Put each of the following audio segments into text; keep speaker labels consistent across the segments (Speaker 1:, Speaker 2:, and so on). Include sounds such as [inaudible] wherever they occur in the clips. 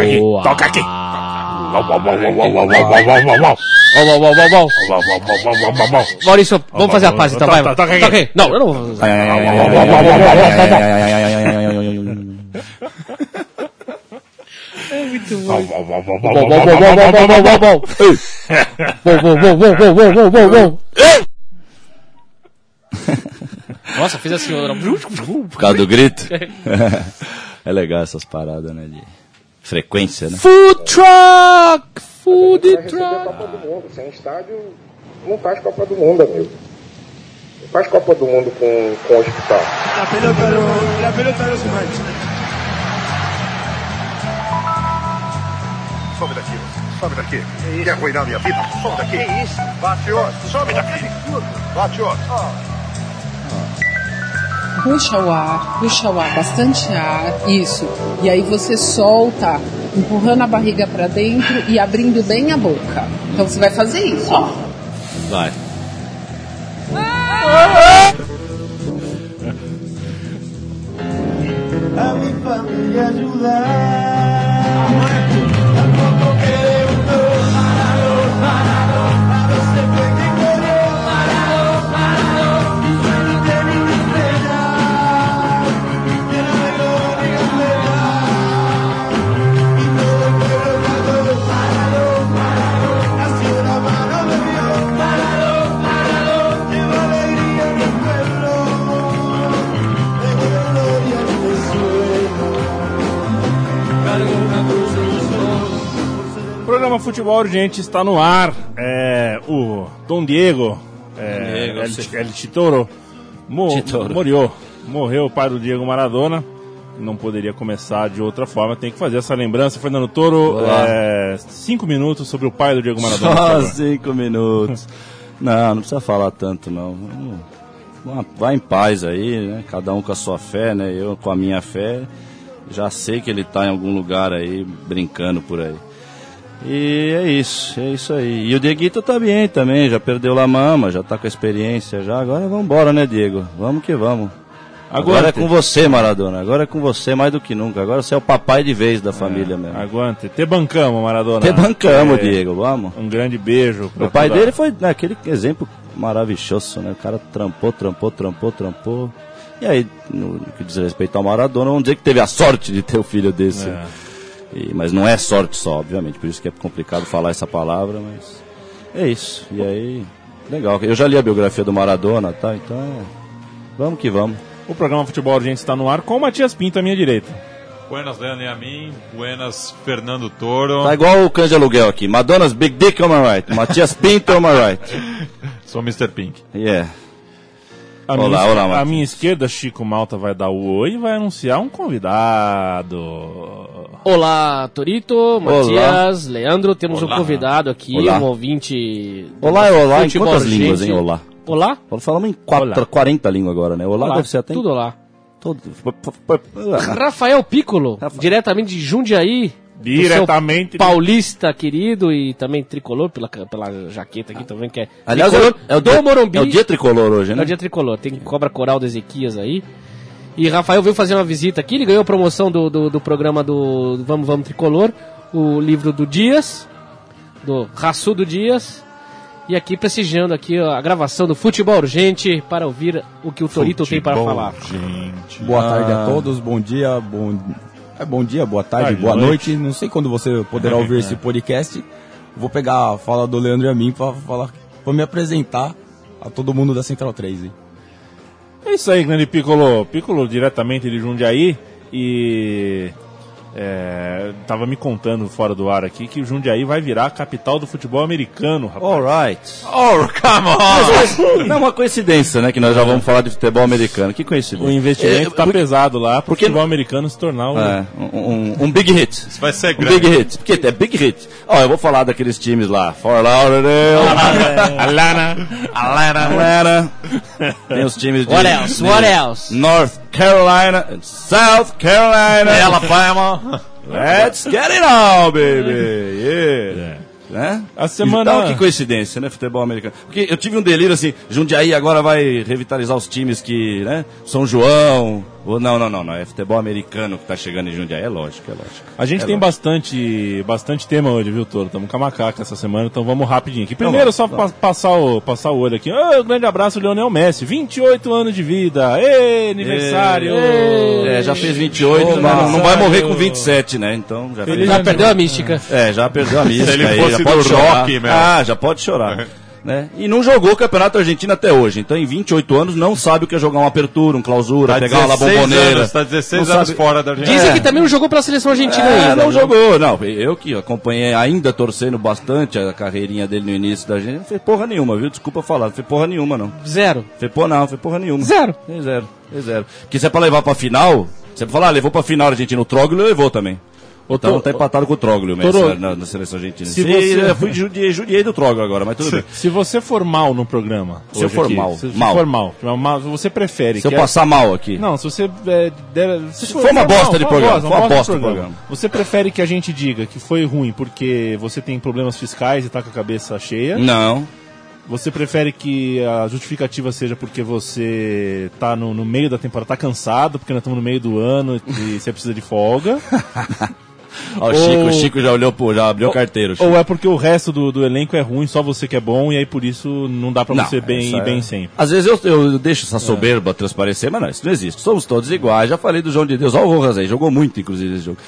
Speaker 1: aqui,
Speaker 2: Boa.
Speaker 1: toca aqui. Uau, uau, uau, uau, uau, uau, uau, uau, uau, uau.
Speaker 2: Ó, ó, ó, ó, ó.
Speaker 1: Uau, uau, uau, uau, uau, uau, uau.
Speaker 2: Maurício, vamos fazer a paz então,
Speaker 3: Tá,
Speaker 2: vai.
Speaker 1: Toca, toca aqui.
Speaker 2: Não, eu não vou fazer.
Speaker 1: Uau, uau, uau, uau,
Speaker 2: Bom,
Speaker 1: uau,
Speaker 2: bom,
Speaker 1: uau,
Speaker 2: bom, bom, bom, bom, bom, bom. Ei. Bom, bom, bom,
Speaker 3: [laughs]
Speaker 1: uau, uau, uau, uau, uau.
Speaker 2: bom, bom, bom, bom, bom. Ei. Nossa, fiz assim, eu...
Speaker 3: [laughs] Por causa do grito. [laughs] é legal essas paradas, né? De frequência, né?
Speaker 2: Food truck! Food
Speaker 4: receber a
Speaker 2: truck!
Speaker 4: Copa do Mundo. Sem estádio, não faz Copa do Mundo, amigo. Não faz Copa do Mundo com, com hospital.
Speaker 5: La pelota no, la pelota no se mancha.
Speaker 6: Sobe daqui, sobe daqui. Quer arruinar minha vida? Sobe daqui. Que isso? Bate ó. sobe daqui. Bate ó.
Speaker 7: Puxa o ar, puxa o ar, bastante ar, isso. E aí você solta, empurrando a barriga para dentro e abrindo bem a boca. Então você vai fazer isso. ó.
Speaker 3: Vai.
Speaker 5: A mi familia ayudar. Tampoco queremos
Speaker 1: O programa Futebol Urgente está no ar. É, o Dom Diego, é,
Speaker 3: Diego,
Speaker 1: El,
Speaker 3: sim.
Speaker 1: El Titoro, mo-
Speaker 3: Titoro.
Speaker 1: morreu. Morreu o pai do Diego Maradona. Não poderia começar de outra forma. Tem que fazer essa lembrança. Fernando Toro,
Speaker 3: Olá.
Speaker 1: é, cinco minutos sobre o pai do Diego Maradona. por
Speaker 3: Só
Speaker 1: favor.
Speaker 3: cinco minutos. Não, não precisa falar tanto, não. Vamos- vá- Vá em paz aí, né? Cada um com a sua fé, né? Eu com a minha fé. Já sei que ele tá em algum lugar aí, brincando por aí. E é isso, é isso aí. E o Dieguito tá bem também, já perdeu lá a mama, já tá com a experiência já. Agora vamos embora, né, Diego? Vamos que vamos. Agora, é com você, Maradona. Agora é com você mais do que nunca. Agora você é o papai de vez da família mesmo.
Speaker 1: Aguante. Te bancamos, Maradona.
Speaker 3: Até bancamos,
Speaker 1: É,
Speaker 3: Diego, vamos.
Speaker 1: Um grande beijo. pra
Speaker 3: O pai
Speaker 1: toda-
Speaker 3: dele foi né, aquele exemplo maravilhoso, né? O cara trampou, trampou, trampou, trampou. E aí, no no que diz respeito ao Maradona, vamos dizer que teve a sorte de ter um filho desse.
Speaker 1: É.
Speaker 3: né? E- mas não é sorte só, obviamente, por isso que é complicado falar essa palavra, mas é isso. E aí, legal. Eu já li a biografia do Maradona, tá? Então é. Vamos que vamos.
Speaker 1: O programa Futebol Urgente está no ar com o Matias Pinto à minha direita.
Speaker 8: Buenas, Leandro e a mim. Buenas, Fernando Toro.
Speaker 3: Tá igual o cães de aluguel aqui. Madonna's Big Dick on my right. Matias Pinto on my right.
Speaker 8: Sou Mr. Pink.
Speaker 3: Yeah.
Speaker 1: A
Speaker 3: Olá,
Speaker 1: minha,
Speaker 3: olá,
Speaker 1: A
Speaker 3: Matias.
Speaker 1: minha esquerda, Chico Malta vai dar o oi e vai anunciar um convidado.
Speaker 2: Olá, Torito, Matias, Leandro. Temos um convidado aqui,
Speaker 3: Olá.
Speaker 2: um ouvinte. do
Speaker 3: Olá, é olá. Em
Speaker 2: futebol
Speaker 3: quantas
Speaker 2: urgente.
Speaker 3: línguas, hein? Olá.
Speaker 2: Olá?
Speaker 3: Falamos em quatro,
Speaker 1: Olá.
Speaker 3: 40 línguas agora, né? Olá,
Speaker 2: Olá,
Speaker 3: deve ser até em
Speaker 2: Tudo olá.
Speaker 3: todo. Ah,
Speaker 2: Rafael Piccolo,
Speaker 3: Rafa-
Speaker 2: diretamente de Jundiaí. do seu
Speaker 1: Diretamente de-
Speaker 2: Paulista, querido, e também tricolor pela, pela jaqueta aqui, tô vendo que é.
Speaker 3: Aliás, é,
Speaker 2: tricolor
Speaker 3: o- é o
Speaker 2: do
Speaker 3: dia,
Speaker 2: Morumbi.
Speaker 3: é o dia tricolor hoje,
Speaker 2: É
Speaker 3: né?
Speaker 2: o dia tricolor. Tem cobra coral do Ezequias aí. E Rafael veio fazer uma visita aqui, ele ganhou a promoção do, do, do programa do do Vamos Vamos Tricolor, o livro do Dias, do Raçudo Dias. E aqui prestigiando aqui a gravação do Futebol Urgente para ouvir o que o Torito tem para
Speaker 8: Futebol,
Speaker 2: falar.
Speaker 8: Gente.
Speaker 9: Boa tarde a todos, bom dia, bom, é, bom dia, boa tarde,
Speaker 1: Tarde,
Speaker 9: boa
Speaker 1: boa
Speaker 9: noite. Não sei quando você
Speaker 8: [laughs]
Speaker 9: poderá ouvir
Speaker 8: É.
Speaker 9: esse podcast. Vou pegar a fala do Leandro e a mim pra falar, pra me apresentar a todo mundo da Central 3. hein?
Speaker 1: É isso aí, grande Piccolo. Piccolo diretamente de Jundiaí e. É, tava me contando fora do ar aqui que o Jundiaí vai virar a capital do futebol americano, rapaz.
Speaker 3: Alright.
Speaker 8: Oh, come on!
Speaker 3: Não é uma coincidência, né? Que nós já vamos falar de futebol americano. Que
Speaker 1: O
Speaker 3: coincidência.
Speaker 1: investimento
Speaker 3: É,
Speaker 1: tá pesado lá pro
Speaker 3: porque-
Speaker 1: futebol americano se tornar um.
Speaker 3: É, um, um- um big hit.
Speaker 8: Então, Isso vai ser
Speaker 3: Um
Speaker 8: grande.
Speaker 3: big hit. Porque é big hit. Ó, eu vou falar daqueles times lá. For Lauderdale. Atlanta. Tem os times de.
Speaker 2: What else? What else?
Speaker 3: North Carolina. South Carolina.
Speaker 8: Alabama.
Speaker 3: Let's get it on, baby!
Speaker 8: É.
Speaker 3: Yeah! Né?
Speaker 1: A semana-
Speaker 3: Então, que coincidência, né? Futebol americano. Porque eu tive um delírio assim: Jundiaí agora vai revitalizar os times que, né? São João, Ou não, não, não, não. É futebol americano que tá chegando em Jundiaí. É lógico, é lógico.
Speaker 1: A gente
Speaker 3: É
Speaker 1: tem
Speaker 3: lógico.
Speaker 1: bastante, bastante tema hoje, viu, Toro? Estamos com a macaca essa semana, então vamos rapidinho aqui. Primeiro, só pa- passar, o, passar o olho aqui. Ah, um grande abraço, Leonel Messi. 28 anos de vida. Ê, aniversário!
Speaker 3: É, já fez 28, mas não, não vai morrer com 27, né? Então já fez.
Speaker 2: Já perdeu a mística.
Speaker 3: É, já perdeu a mística.
Speaker 8: [laughs] ele
Speaker 3: aí,
Speaker 8: fosse
Speaker 3: já pode
Speaker 8: do
Speaker 3: chorar.
Speaker 8: rock, né? meu.
Speaker 3: Ah, já pode
Speaker 8: [laughs]
Speaker 3: chorar. né? E não jogou o Campeonato Argentino até hoje. Então, em 28 anos, não sabe o que é jogar uma apertura, um clausura,
Speaker 8: Tá
Speaker 3: pegar uma
Speaker 8: 16
Speaker 3: bomboneira.
Speaker 8: anos, tá 16
Speaker 3: Não
Speaker 8: anos
Speaker 3: sabe-
Speaker 8: fora da Argentina.
Speaker 2: Dizem que também não jogou pela seleção argentina
Speaker 3: É,
Speaker 2: ainda.
Speaker 3: não
Speaker 2: viu?
Speaker 3: jogou, não. Eu que acompanhei ainda torcendo bastante a carreirinha dele no início da gente, não fez porra nenhuma, viu? Desculpa falar, não fez porra nenhuma, não.
Speaker 2: Zero.
Speaker 3: Fez porra não, fez porra nenhuma.
Speaker 2: Zero.
Speaker 3: É zero, é zero. Porque se é pra levar pra final, você fala, ah, levou pra final a Argentina, o Troglio levou também. Então tá empatado com o Troglio mesmo
Speaker 1: Toro,
Speaker 3: né, na, na seleção argentina.
Speaker 1: se
Speaker 3: Se
Speaker 1: você-
Speaker 3: Eu fui judiei, judiei do Troglio agora, mas tudo bem.
Speaker 1: Se você for mal no programa.
Speaker 3: Se eu
Speaker 1: hoje
Speaker 3: for
Speaker 1: aqui,
Speaker 3: mal,
Speaker 1: Se se
Speaker 3: mal.
Speaker 1: for mal. mas Você prefere.
Speaker 3: Se eu
Speaker 1: que
Speaker 3: passar mal aqui.
Speaker 1: Não, se você. É, der- se
Speaker 3: for uma bosta
Speaker 1: não,
Speaker 3: de
Speaker 1: foi
Speaker 3: programa, foi uma
Speaker 1: de
Speaker 3: bosta de programa.
Speaker 1: Você prefere que a gente diga que foi ruim porque você tem problemas fiscais e tá com a cabeça
Speaker 3: Uhum.
Speaker 1: cheia?
Speaker 3: Não.
Speaker 1: Você prefere que a justificativa seja porque você tá no, no meio da temporada, tá cansado, porque nós estamos no meio do ano e [laughs] você precisa de folga?
Speaker 3: Ó, o Chico, o Chico já olhou, pro, já abriu o carteiro. Chico.
Speaker 1: Ou é porque o resto do, do elenco é ruim, só você que é bom, e aí por isso não dá pra
Speaker 3: Não,
Speaker 1: você bem
Speaker 3: essa
Speaker 1: ir
Speaker 3: é-
Speaker 1: bem sempre? É.
Speaker 3: Às vezes eu, eu deixo essa soberba transparecer, mas não, isso não existe. Somos todos iguais. Já falei do João de Deus, olha o Rojas aí, jogou muito, inclusive, esse jogo.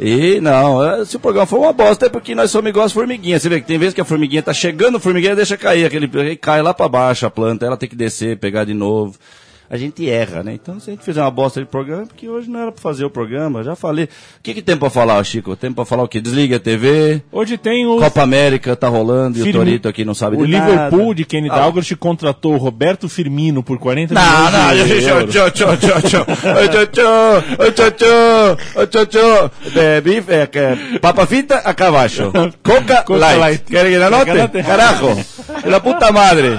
Speaker 3: E não, é, se o programa for uma bosta, é porque nós somos igual as formiguinhas. Você vê que tem vezes que a formiguinha tá chegando, a formiguinha deixa cair, aquele aí cai lá pra baixo a planta, ela tem que descer, pegar de novo. A gente erra, né? Então, se a gente fizer uma bosta de programa, é porque hoje não era pra fazer o programa, já falei. O que, que tem pra falar, Chico? Tem pra falar o quê? Desliga a TV,
Speaker 1: Hoje tem o.
Speaker 3: Copa América tá rolando e o Torito aqui não sabe
Speaker 1: O
Speaker 3: de nada.
Speaker 1: Liverpool de Kenny
Speaker 3: Ah,
Speaker 1: Dalglish contratou o Roberto Firmino por 40
Speaker 3: não,
Speaker 1: milhões
Speaker 3: não,
Speaker 1: de
Speaker 3: tchau,
Speaker 1: euros.
Speaker 3: tchau, tchau, tchau, tchau, Ô, tchau, tchau, ô, tchau, tchau, ô, tchau, tchau, É, bife, é, é, papa fita a cavacho, coca,
Speaker 1: Coca
Speaker 3: light,
Speaker 1: light.
Speaker 3: querem que la note?
Speaker 1: Cagalote.
Speaker 3: Carajo, la puta madre,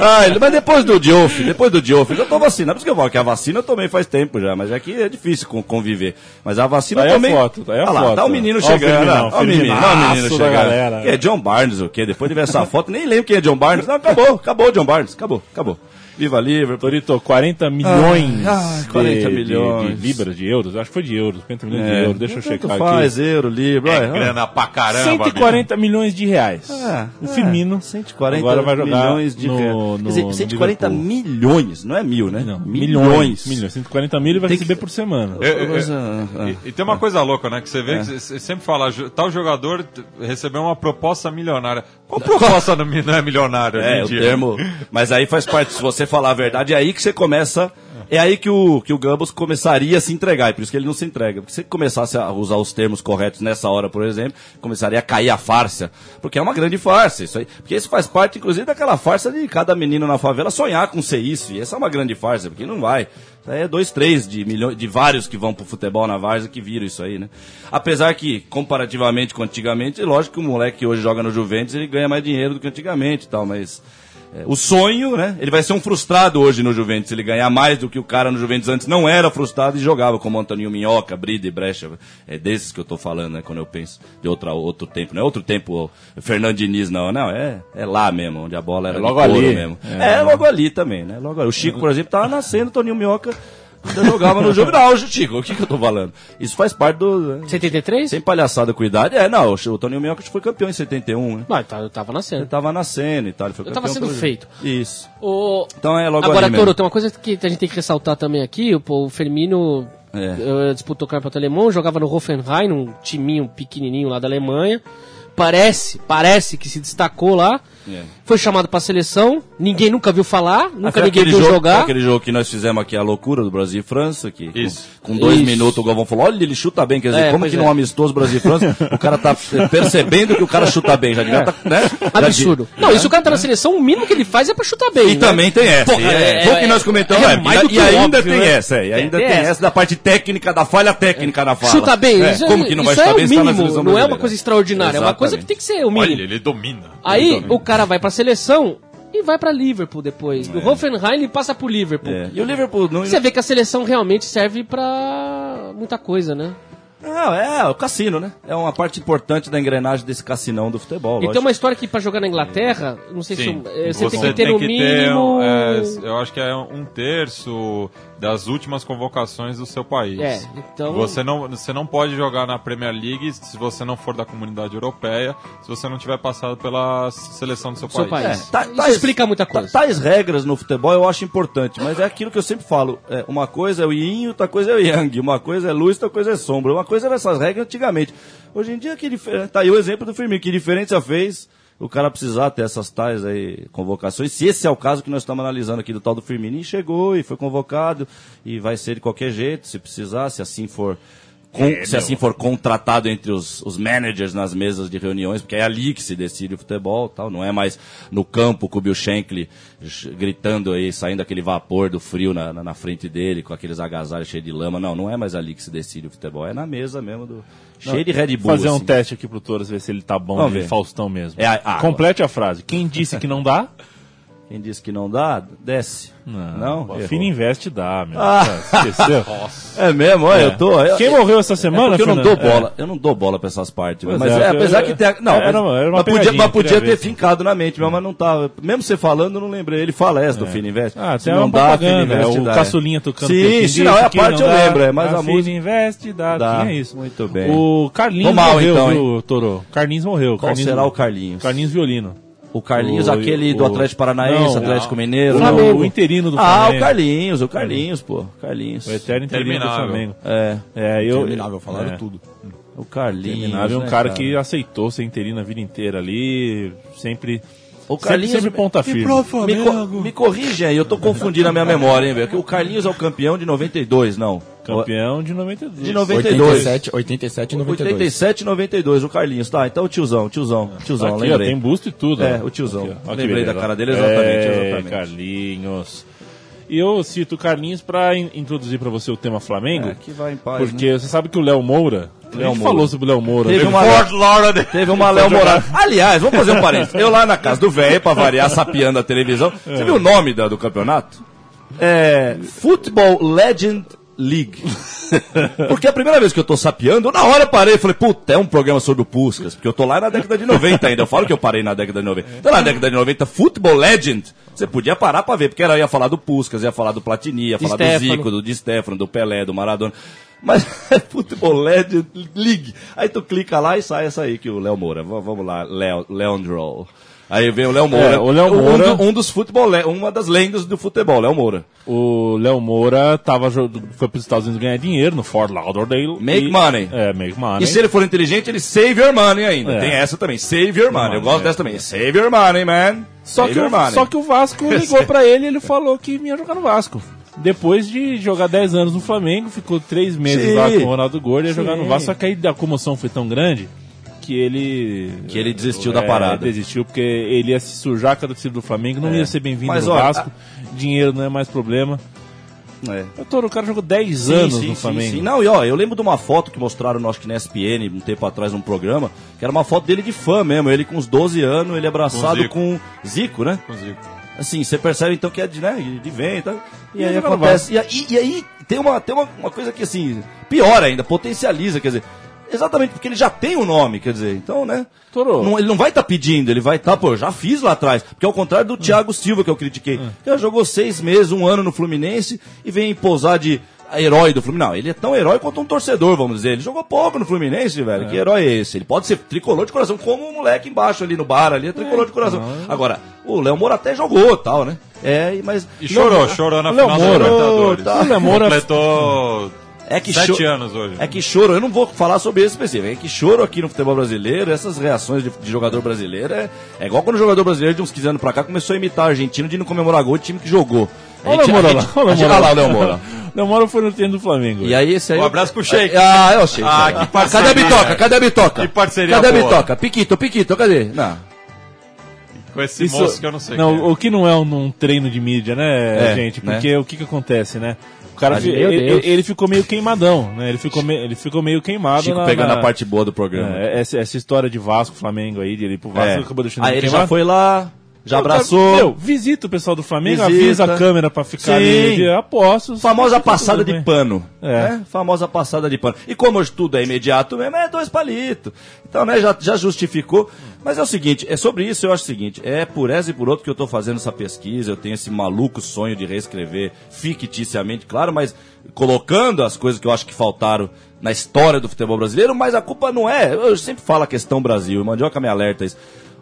Speaker 3: Ai, mas depois do Diof, depois do Diof, eu tô vacinado, por isso que eu falo que a vacina eu tomei faz tempo já, mas aqui é difícil con- conviver, mas a vacina
Speaker 1: Daí
Speaker 3: eu
Speaker 1: a
Speaker 3: tomei,
Speaker 1: é foto, daí a
Speaker 3: Olha lá,
Speaker 1: foto.
Speaker 3: tá o menino
Speaker 1: Ó o
Speaker 3: chegando, ó,
Speaker 1: Firminão,
Speaker 3: ó o menino, ó o menino
Speaker 1: Firminaço da
Speaker 3: chegando,
Speaker 1: galera.
Speaker 3: Que é John Barnes, o quê? Depois de ver essa foto, nem lembro quem é John Barnes. Não, acabou, acabou o John Barnes, acabou, acabou. Viva Liverpool.
Speaker 1: Torito, 40 milhões,
Speaker 3: ah,
Speaker 1: de-
Speaker 3: 40
Speaker 1: de,
Speaker 3: milhões. É,
Speaker 1: de libras, de euros, acho que foi de euros, 40 milhões de euros, deixa eu
Speaker 3: tanto
Speaker 1: checar
Speaker 3: faz,
Speaker 1: aqui.
Speaker 3: euro, libra.
Speaker 8: É
Speaker 3: olha, olha.
Speaker 8: grana pra caramba,
Speaker 1: 140 milhões de reais.
Speaker 3: Ah,
Speaker 1: o
Speaker 3: ah,
Speaker 1: Firmino
Speaker 3: 140
Speaker 1: agora vai jogar
Speaker 3: milhões de
Speaker 1: no,
Speaker 3: reais.
Speaker 1: no,
Speaker 3: Quer dizer, 140
Speaker 1: no Liverpool.
Speaker 3: milhões, não é mil, né?
Speaker 1: Não, milhões. milhões. 140 mil ele vai
Speaker 3: Tem
Speaker 1: receber
Speaker 3: que-
Speaker 1: por semana.
Speaker 8: Eu- eu- eu-
Speaker 3: Coisa- É. ah.
Speaker 8: É, e, e tem uma coisa louca, né? Que você vê que você- você sempre fala, "Jo- tal jogador t- recebeu uma proposta milionária. Qual proposta não mi- não é milionária? hoje
Speaker 3: É,
Speaker 8: em
Speaker 3: o
Speaker 8: dia?
Speaker 3: termo. Mas aí faz parte, se você falar a verdade, é aí que você começa. É aí que o, que o Gambos começaria a se entregar, e por isso que ele não se entrega. Porque se ele começasse a usar os termos corretos nessa hora, por exemplo, começaria a cair a farsa. Porque é uma grande farsa isso aí. Porque isso faz parte, inclusive, daquela farsa de cada menino na favela sonhar com ser isso. E essa é uma grande farsa, porque não vai. Isso aí é dois, três de milhões, de vários que vão pro futebol na Várzea que viram isso aí, né? Apesar que, comparativamente com antigamente, lógico que o moleque que hoje joga no Juventus, ele ganha mais dinheiro do que antigamente e tal, mas é, o sonho, né? Ele vai ser um frustrado hoje no Juventus. se Ele ganhar mais do que o cara no Juventus antes não era frustrado e jogava como Antoninho Minhoca, Brida e Brecha. É desses que eu tô falando, né? Quando eu penso de outra, outro tempo. Não é outro tempo, o Fernando Diniz, não. Não, é, é lá mesmo, onde a bola era
Speaker 1: É
Speaker 3: de
Speaker 1: logo
Speaker 3: couro
Speaker 1: ali.
Speaker 3: mesmo. É. logo ali também, né? Logo ali. O Chico, por exemplo, tava nascendo, Toninho Minhoca ainda jogava no
Speaker 8: [laughs]
Speaker 3: jogo. Não, Chico, o que que eu tô falando? Isso faz parte do...
Speaker 2: 73?
Speaker 3: Sem palhaçada com idade. É, não, o Toninho Minhoca foi campeão em 71, né?
Speaker 2: Não, eu tava- eu tava
Speaker 3: Ele
Speaker 2: nascendo.
Speaker 3: tava nascendo e tal. Ele foi
Speaker 2: Eu tava
Speaker 3: campeão
Speaker 2: sendo
Speaker 3: pelo-
Speaker 2: feito.
Speaker 3: Isso.
Speaker 2: O...
Speaker 3: Então é logo
Speaker 2: Agora,
Speaker 3: ali
Speaker 2: Toro,
Speaker 3: mesmo.
Speaker 2: tem uma coisa que a gente tem que ressaltar também aqui. O, pô, o Firmino
Speaker 3: É.
Speaker 2: eh, disputou o campeonato alemão, jogava no Hoffenheim, um timinho pequenininho lá da Alemanha. Parece, parece que se destacou lá.
Speaker 3: É.
Speaker 2: Foi chamado pra seleção, ninguém nunca viu falar, nunca
Speaker 3: Foi
Speaker 2: ninguém
Speaker 3: aquele
Speaker 2: viu
Speaker 3: jogo- foi
Speaker 2: jogar.
Speaker 3: Aquele jogo que nós fizemos aqui, a loucura do Brasil e França, que com-
Speaker 8: Isso.
Speaker 3: com, dois
Speaker 2: Isso.
Speaker 3: minutos o Galvão falou, olha, ele chuta bem, quer dizer,
Speaker 2: É,
Speaker 3: como
Speaker 2: pois
Speaker 3: que
Speaker 2: é.
Speaker 3: num amistoso Brasil e França, o cara tá eh, percebendo que o cara chuta bem, já devia tá, né? Já
Speaker 2: É. [laughs] Absurdo.
Speaker 3: devia-
Speaker 2: Não, isso o cara tá na seleção, o mínimo que ele faz é pra chutar bem.
Speaker 3: é. E
Speaker 2: né?
Speaker 3: também tem essa.
Speaker 2: Porra,
Speaker 3: e é,
Speaker 2: é-
Speaker 3: foi o que nós comentamos.
Speaker 2: é
Speaker 3: é,
Speaker 2: mais
Speaker 3: e-
Speaker 2: do que
Speaker 3: e ainda
Speaker 2: óbvio,
Speaker 3: tem
Speaker 2: né?
Speaker 3: essa. É, e ainda
Speaker 2: É,
Speaker 3: tem,
Speaker 2: tem
Speaker 3: essa. da parte técnica, da falha técnica da fala.
Speaker 2: Chuta bem,
Speaker 3: É,
Speaker 2: isso,
Speaker 3: como que não vai
Speaker 2: isso
Speaker 3: chutar
Speaker 2: é
Speaker 3: bem
Speaker 2: o
Speaker 3: se tá na
Speaker 2: mínimo,
Speaker 3: seleção
Speaker 2: não é uma
Speaker 3: brasileira?
Speaker 2: coisa extraordinária, é uma coisa que
Speaker 3: Exatamente.
Speaker 2: tem que ser o
Speaker 8: Olha,
Speaker 2: mínimo. Ah,
Speaker 8: ele domina.
Speaker 2: Aí o cara vai pra seleção e vai pra Liverpool depois. Do Hoffenheim ele passa pro Liverpool.
Speaker 3: É. E o Liverpool não...
Speaker 2: Você vê que a seleção realmente serve pra muita coisa, né?
Speaker 3: Não, é o cassino, né? É uma parte importante da engrenagem desse cassinão do futebol.
Speaker 2: E
Speaker 3: lógico.
Speaker 2: tem uma história que pra jogar na Inglaterra, não sei se
Speaker 8: Sim.
Speaker 2: eu- eh, você, tem que ter no mínimo.
Speaker 8: um, é, eu acho que é um terço das últimas convocações do seu país.
Speaker 2: É, então-
Speaker 8: Você não, você não pode jogar na Premier League se você não for da comunidade europeia, se você não tiver passado pela seleção do seu,
Speaker 2: Seu
Speaker 1: É.
Speaker 8: país.
Speaker 3: É,
Speaker 2: país.
Speaker 3: Tá,
Speaker 2: Isso explica muita coisa.
Speaker 3: ta- Tais regras no futebol eu acho importante, mas é aquilo que eu sempre falo. é, uma coisa é o yin, outra coisa é o yang. Uma coisa é luz, outra coisa é sombra. Uma coisa era essas regras antigamente. Hoje em dia, que difer... tá aí o exemplo do Firmino. Que diferença fez o cara precisar ter essas tais aí convocações? Se esse é o caso que nós estamos analisando aqui do tal do Firmino. E chegou, e foi convocado, e vai ser de qualquer jeito, se precisar, se assim for... con-
Speaker 1: É,
Speaker 3: se assim for contratado entre os, os managers nas mesas de reuniões, porque é ali que se decide o futebol e tal, não é mais no campo com o Bill Shankly ch- gritando aí, saindo aquele vapor do frio na, na, na frente dele, com aqueles agasalhos cheios de lama. Não, não é mais ali que se decide o futebol, é na mesa mesmo do. Cheio de Red Bull.
Speaker 1: Fazer um
Speaker 3: assim.
Speaker 1: teste aqui pro Toras, ver se ele tá bom
Speaker 3: Vamos
Speaker 1: de
Speaker 3: ver.
Speaker 1: Faustão mesmo.
Speaker 3: É a água.
Speaker 1: Complete a frase. Quem disse que
Speaker 3: [laughs]
Speaker 1: não dá?
Speaker 3: Quem disse que não dá, desce. Não?
Speaker 1: Pô,
Speaker 3: Errou.
Speaker 1: Fina investe dá, meu.
Speaker 3: Ah.
Speaker 1: Tá, Esqueceu?
Speaker 3: [laughs] É mesmo, olha, eu tô. eu-
Speaker 1: Quem morreu essa semana,
Speaker 3: É porque eu não
Speaker 1: Fernando?
Speaker 3: dou bola, eu não dou bola pra essas partes.
Speaker 1: né? Pois
Speaker 3: mas
Speaker 1: é,
Speaker 3: é,
Speaker 1: porque
Speaker 3: apesar
Speaker 1: eu-
Speaker 3: que tem. a- Não,
Speaker 1: era uma- era uma
Speaker 3: mas podia,
Speaker 1: pegadinha,
Speaker 3: mas podia
Speaker 1: queria
Speaker 3: ter
Speaker 1: ver se- É.
Speaker 3: fincado na mente, mesmo, mas não tava. Mesmo você falando, eu não lembrei. Ele fala essa do Fininvest.
Speaker 1: Ah,
Speaker 3: Se
Speaker 1: tem uma propaganda,
Speaker 3: Fininvest
Speaker 1: é o
Speaker 3: dá,
Speaker 1: caçulinha tocando
Speaker 3: Sim,
Speaker 1: Quem
Speaker 3: sim, não, é a
Speaker 1: disse que
Speaker 3: parte eu
Speaker 1: dá?
Speaker 3: lembro, é, mas a
Speaker 1: Fina
Speaker 3: música-
Speaker 1: investe dá,
Speaker 3: Dá.
Speaker 1: tinha isso.
Speaker 3: Muito bem.
Speaker 1: O Carlinhos
Speaker 3: Tô mal,
Speaker 1: morreu,
Speaker 3: então,
Speaker 1: viu, Toro? Carlinhos morreu.
Speaker 3: Qual
Speaker 1: Carlinhos...
Speaker 3: será o Carlinhos?
Speaker 1: Carlinhos Violino.
Speaker 3: O Carlinhos,
Speaker 1: O-
Speaker 3: aquele do
Speaker 1: o-
Speaker 3: Atlético Paranaense,
Speaker 1: Não,
Speaker 3: Atlético
Speaker 8: não.
Speaker 3: Mineiro.
Speaker 1: Não,
Speaker 3: não.
Speaker 1: o interino do
Speaker 3: Tá Ah, o
Speaker 1: Flamengo.
Speaker 3: Carlinhos, o Carlinhos, pô. Carlinhos.
Speaker 1: O eterno interino do
Speaker 8: Interminável.
Speaker 1: Flamengo.
Speaker 3: É,
Speaker 1: É, eu...
Speaker 9: Terminável, falaram
Speaker 1: é.
Speaker 9: tudo.
Speaker 3: o Carlinhos.
Speaker 1: Interminável é um
Speaker 3: né,
Speaker 1: cara, que aceitou ser interino a vida inteira ali, sempre...
Speaker 3: O
Speaker 1: sempre-
Speaker 3: Carlinhos-
Speaker 1: Sempre, ponta firme.
Speaker 3: Me, co me corrige aí, eu tô confundindo a minha memória, hein, velho. que O Carlinhos é o campeão de 92, não.
Speaker 1: Campeão de 92.
Speaker 3: De 92.
Speaker 9: 87, 87 e 92.
Speaker 3: 87 92, o Carlinhos. Tá, então o tiozão, tiozão, tiozão,
Speaker 1: Aqui, ó,
Speaker 3: lembrei.
Speaker 1: tem busto e tudo.
Speaker 3: É,
Speaker 1: ó.
Speaker 3: o tiozão.
Speaker 1: Aqui, ó. Ó que
Speaker 3: Lembrei
Speaker 1: beleza.
Speaker 3: da cara dele, exatamente,
Speaker 1: É,
Speaker 3: exatamente.
Speaker 1: Carlinhos. E eu cito o Carlinhos pra in- introduzir pra você o tema Flamengo.
Speaker 3: É, que vai em paz, né?
Speaker 1: Porque você sabe que o Léo Moura.
Speaker 3: Léo
Speaker 1: a gente
Speaker 3: Moura.
Speaker 1: falou sobre o Léo Moura.
Speaker 3: Teve
Speaker 1: né?
Speaker 3: uma,
Speaker 8: Ford Laura de-
Speaker 3: teve uma
Speaker 1: [laughs]
Speaker 3: Léo Moraes. Aliás, vamos fazer um parênteses. Eu lá na casa do velho, pra variar, sapiando a
Speaker 1: [laughs]
Speaker 3: televisão.
Speaker 1: É.
Speaker 3: Você viu o nome da- do campeonato? É. Football Legend League. [laughs] Porque a primeira vez que eu tô sapeando, na hora eu parei e falei, puta, é um programa sobre o Puskas, porque eu tô lá na década de 90 ainda. Eu falo que eu parei na década de 90. Então na década de 90, Football Legend, você podia parar pra ver, porque era, ia falar do Puskas, ia falar do Platini, ia falar
Speaker 2: Stéfano.
Speaker 3: do Zico, do Di Stefano, do Pelé, do Maradona. Mas [laughs] é Football Legend League. Aí tu clica lá e sai essa aí que o Léo Moura. V- vamos lá, Léo, Leandro. Aí vem o Léo Moura.
Speaker 1: É, o Léo
Speaker 3: Um
Speaker 1: Moura-
Speaker 3: do- Um, dos futebol, le- uma das lendas do futebol, Léo Moura.
Speaker 1: O Léo Moura tava, jo- foi pros Estados Unidos ganhar dinheiro no Fort Lauderdale.
Speaker 3: Make
Speaker 1: e-
Speaker 3: money.
Speaker 1: É, make money.
Speaker 3: E se ele for inteligente, ele save your money ainda.
Speaker 1: É.
Speaker 3: Tem essa também, save your money. Eu gosto
Speaker 1: é.
Speaker 3: dessa também. Save your money, man.
Speaker 1: Só
Speaker 3: save
Speaker 1: que,
Speaker 3: your
Speaker 1: o,
Speaker 3: money.
Speaker 1: só que o
Speaker 3: [laughs]
Speaker 1: Vasco ligou pra ele e ele falou que vinha jogar no Vasco. Depois de jogar 10 anos no Flamengo, ficou 3 meses
Speaker 3: Sim.
Speaker 1: lá com o Ronaldo Gordo e ia jogar no
Speaker 3: Sim.
Speaker 1: Vasco. Só que aí a comoção foi tão grande que ele. é,
Speaker 3: Que ele desistiu da parada. É.
Speaker 1: Desistiu, porque ele ia se sujar com a torcida do Flamengo, não ia ser bem-vindo
Speaker 3: Mas,
Speaker 1: no
Speaker 3: olha,
Speaker 1: Vasco, dinheiro não é mais problema.
Speaker 3: É.
Speaker 1: Eu tô, o cara jogou 10
Speaker 3: Sim,
Speaker 1: anos
Speaker 3: sim,
Speaker 1: no
Speaker 3: sim,
Speaker 1: Flamengo.
Speaker 3: sim. Não, e ó, eu lembro de uma foto que mostraram, acho que na ESPN, um tempo atrás, num programa, que era uma foto dele de fã mesmo. Ele com uns 12 anos, ele abraçado
Speaker 8: Zico.
Speaker 3: com Zico, né?
Speaker 8: Consigo.
Speaker 3: Assim, você percebe então que é de, né, de vem e tal. E,
Speaker 1: E
Speaker 3: aí
Speaker 1: ele vai
Speaker 3: acontece. E, aí- e aí tem, uma, tem uma, uma coisa que, assim, pior ainda, potencializa, quer dizer. Exatamente, porque ele já tem o nome, quer dizer, então, né?
Speaker 1: Torou.
Speaker 3: Não, ele não vai estar pedindo, ele vai estar, pô, eu já fiz lá atrás. Porque ao contrário do Thiago Silva que eu critiquei,
Speaker 8: É.
Speaker 3: que já jogou seis meses, um ano no Fluminense e vem posar de herói do Fluminense. Não, ele é tão herói quanto um torcedor, vamos dizer. Ele jogou pouco no Fluminense, velho. Que herói é esse? Ele pode ser tricolor de coração, como o moleque embaixo ali no bar ali, é tricolor de coração. Agora, o Léo Moura até jogou tal, né? É, e- mas.
Speaker 8: E chorou,
Speaker 3: Não-
Speaker 8: chorou na
Speaker 1: Léo
Speaker 8: final
Speaker 1: Moura.
Speaker 8: da Libertadores.
Speaker 3: Tá.
Speaker 1: Léo Moura-
Speaker 8: Completou
Speaker 3: É que
Speaker 8: sete
Speaker 3: cho-
Speaker 8: anos hoje.
Speaker 3: É que choro, eu não vou falar sobre esse específico. É que choro aqui no futebol brasileiro, essas reações de, de jogador brasileiro é, é igual quando o jogador brasileiro de uns 15 anos pra cá começou a imitar o argentino de não comemorar gol do time que jogou. A
Speaker 1: Olha o
Speaker 3: gente-
Speaker 1: Moura
Speaker 3: a
Speaker 1: lá.
Speaker 3: gente-
Speaker 1: Olha
Speaker 3: a
Speaker 1: o
Speaker 3: gente-
Speaker 1: Moura
Speaker 3: olha lá o Léo Moura.
Speaker 1: Léo Moura foi no treino do Flamengo.
Speaker 3: E aí [laughs] esse aí. é
Speaker 8: Um abraço pro Sheik.
Speaker 3: Ah, é o Sheik.
Speaker 8: Ah, que parceria,
Speaker 3: Cadê a bitoca?
Speaker 8: velho.
Speaker 3: Cadê a bitoca?
Speaker 8: Que parceria
Speaker 3: Cadê
Speaker 8: boa.
Speaker 3: a bitoca? Piquito, Piquito, cadê? Não.
Speaker 8: Com esse
Speaker 1: Isso-
Speaker 8: moço que eu não sei. quem é.
Speaker 1: Não, o que não é um, um treino de mídia, né,
Speaker 3: É,
Speaker 1: gente?
Speaker 3: né?
Speaker 1: Porque o que que acontece, né? O cara,
Speaker 3: Mas,
Speaker 1: fi-
Speaker 2: meu
Speaker 1: ele,
Speaker 2: Deus.
Speaker 1: ele ficou meio queimadão, né? Ele ficou, me- ele ficou meio queimado
Speaker 3: Chico
Speaker 1: na,
Speaker 3: pegando
Speaker 1: na-
Speaker 3: a
Speaker 8: é.
Speaker 3: parte boa do programa.
Speaker 1: É, essa, essa história de Vasco, Flamengo aí, de ele ir pro Vasco,
Speaker 3: É.
Speaker 1: acabou deixando
Speaker 3: Aí
Speaker 1: ele
Speaker 3: ele
Speaker 1: queimado.
Speaker 3: já foi lá, Já abraçou.
Speaker 1: Meu, visita o pessoal do Flamengo,
Speaker 3: Visita.
Speaker 1: avisa a câmera pra ficar ali.
Speaker 3: Sim.
Speaker 1: de- Aposto.
Speaker 3: Famosa
Speaker 1: Tá tudo
Speaker 3: passada de
Speaker 1: bem.
Speaker 3: pano.
Speaker 1: É.
Speaker 3: né? Famosa passada de pano. E como hoje tudo é imediato mesmo, é dois palitos. Então, né, já, já justificou. Mas é o seguinte, é sobre isso eu acho o seguinte, é por essa e por outro que eu tô fazendo essa pesquisa, eu tenho esse maluco sonho de reescrever ficticiamente, claro, mas colocando as coisas que eu acho que faltaram na história do futebol brasileiro, mas a culpa não é, eu sempre falo a questão Brasil, e o Mandioca me alerta isso.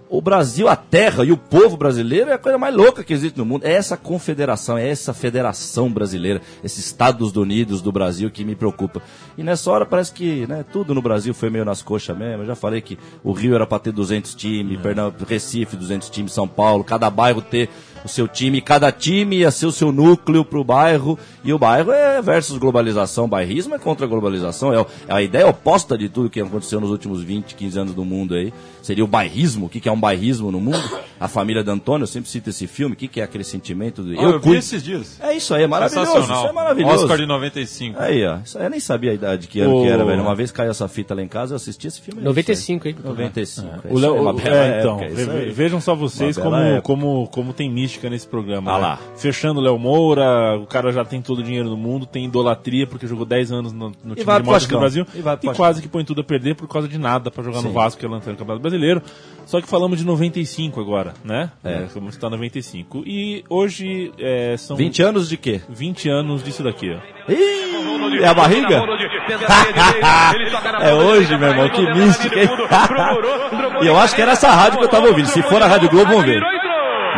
Speaker 3: O Brasil, a terra e o povo brasileiro é a coisa mais louca que existe no mundo. É essa confederação, é essa federação brasileira, esses Estados Unidos do Brasil que me preocupa. E nessa hora parece que né, tudo no Brasil foi meio nas coxas mesmo. Eu já falei que o Rio era para ter 200 times, Pernam- Recife 200 times, São Paulo, cada bairro ter o seu time, cada time ia ser o seu núcleo pro bairro, e o bairro é versus globalização, bairrismo é contra a globalização, é o- é a ideia oposta de tudo que aconteceu nos últimos 20, 15 anos do mundo aí, seria o bairrismo, o que, que é um bairrismo no mundo, a família de Antônio, eu sempre cito esse filme, o que, que é aquele sentimento do...
Speaker 8: Ah, eu, vi
Speaker 3: cuido-
Speaker 8: esses dias.
Speaker 3: É isso aí, é maravilhoso,
Speaker 8: Sensacional.
Speaker 3: isso é maravilhoso.
Speaker 8: Oscar de 95.
Speaker 3: Aí, ó, isso aí, eu nem sabia a idade que ano
Speaker 1: O-
Speaker 3: que era, velho, uma vez caiu essa fita lá em casa, eu assisti esse filme. aí,
Speaker 2: 95, hein?
Speaker 3: isso aí. 95.
Speaker 1: O
Speaker 3: isso aí,
Speaker 1: Léo-
Speaker 3: É uma
Speaker 1: o-
Speaker 3: bela
Speaker 1: é, então,
Speaker 3: época, isso
Speaker 1: ve-
Speaker 3: aí.
Speaker 1: vejam só vocês
Speaker 3: Uma bela
Speaker 1: como,
Speaker 3: época.
Speaker 1: como, como tem mística nesse programa.
Speaker 3: Ah
Speaker 1: né?
Speaker 3: lá.
Speaker 1: Fechando o Léo Moura, o cara já tem todo o dinheiro do mundo, tem idolatria porque jogou 10 anos no, no time de
Speaker 3: vai pro
Speaker 1: motos do
Speaker 3: Vascão.
Speaker 1: Brasil
Speaker 3: E vai pro
Speaker 1: e
Speaker 3: Vascão.
Speaker 1: quase que põe tudo a perder por causa de nada pra jogar no Vasco, que é lanterna do Campeonato Brasileiro. Só que falamos de 95 agora, né? É. Vamos estar 95. E hoje é, são
Speaker 3: 20 anos de quê?
Speaker 1: 20 anos disso daqui, ó.
Speaker 3: Ih, é a barriga? [laughs] é hoje, meu irmão, que mística, hein? E eu acho que era essa rádio que eu tava ouvindo. Se for a Rádio Globo, vamos ver.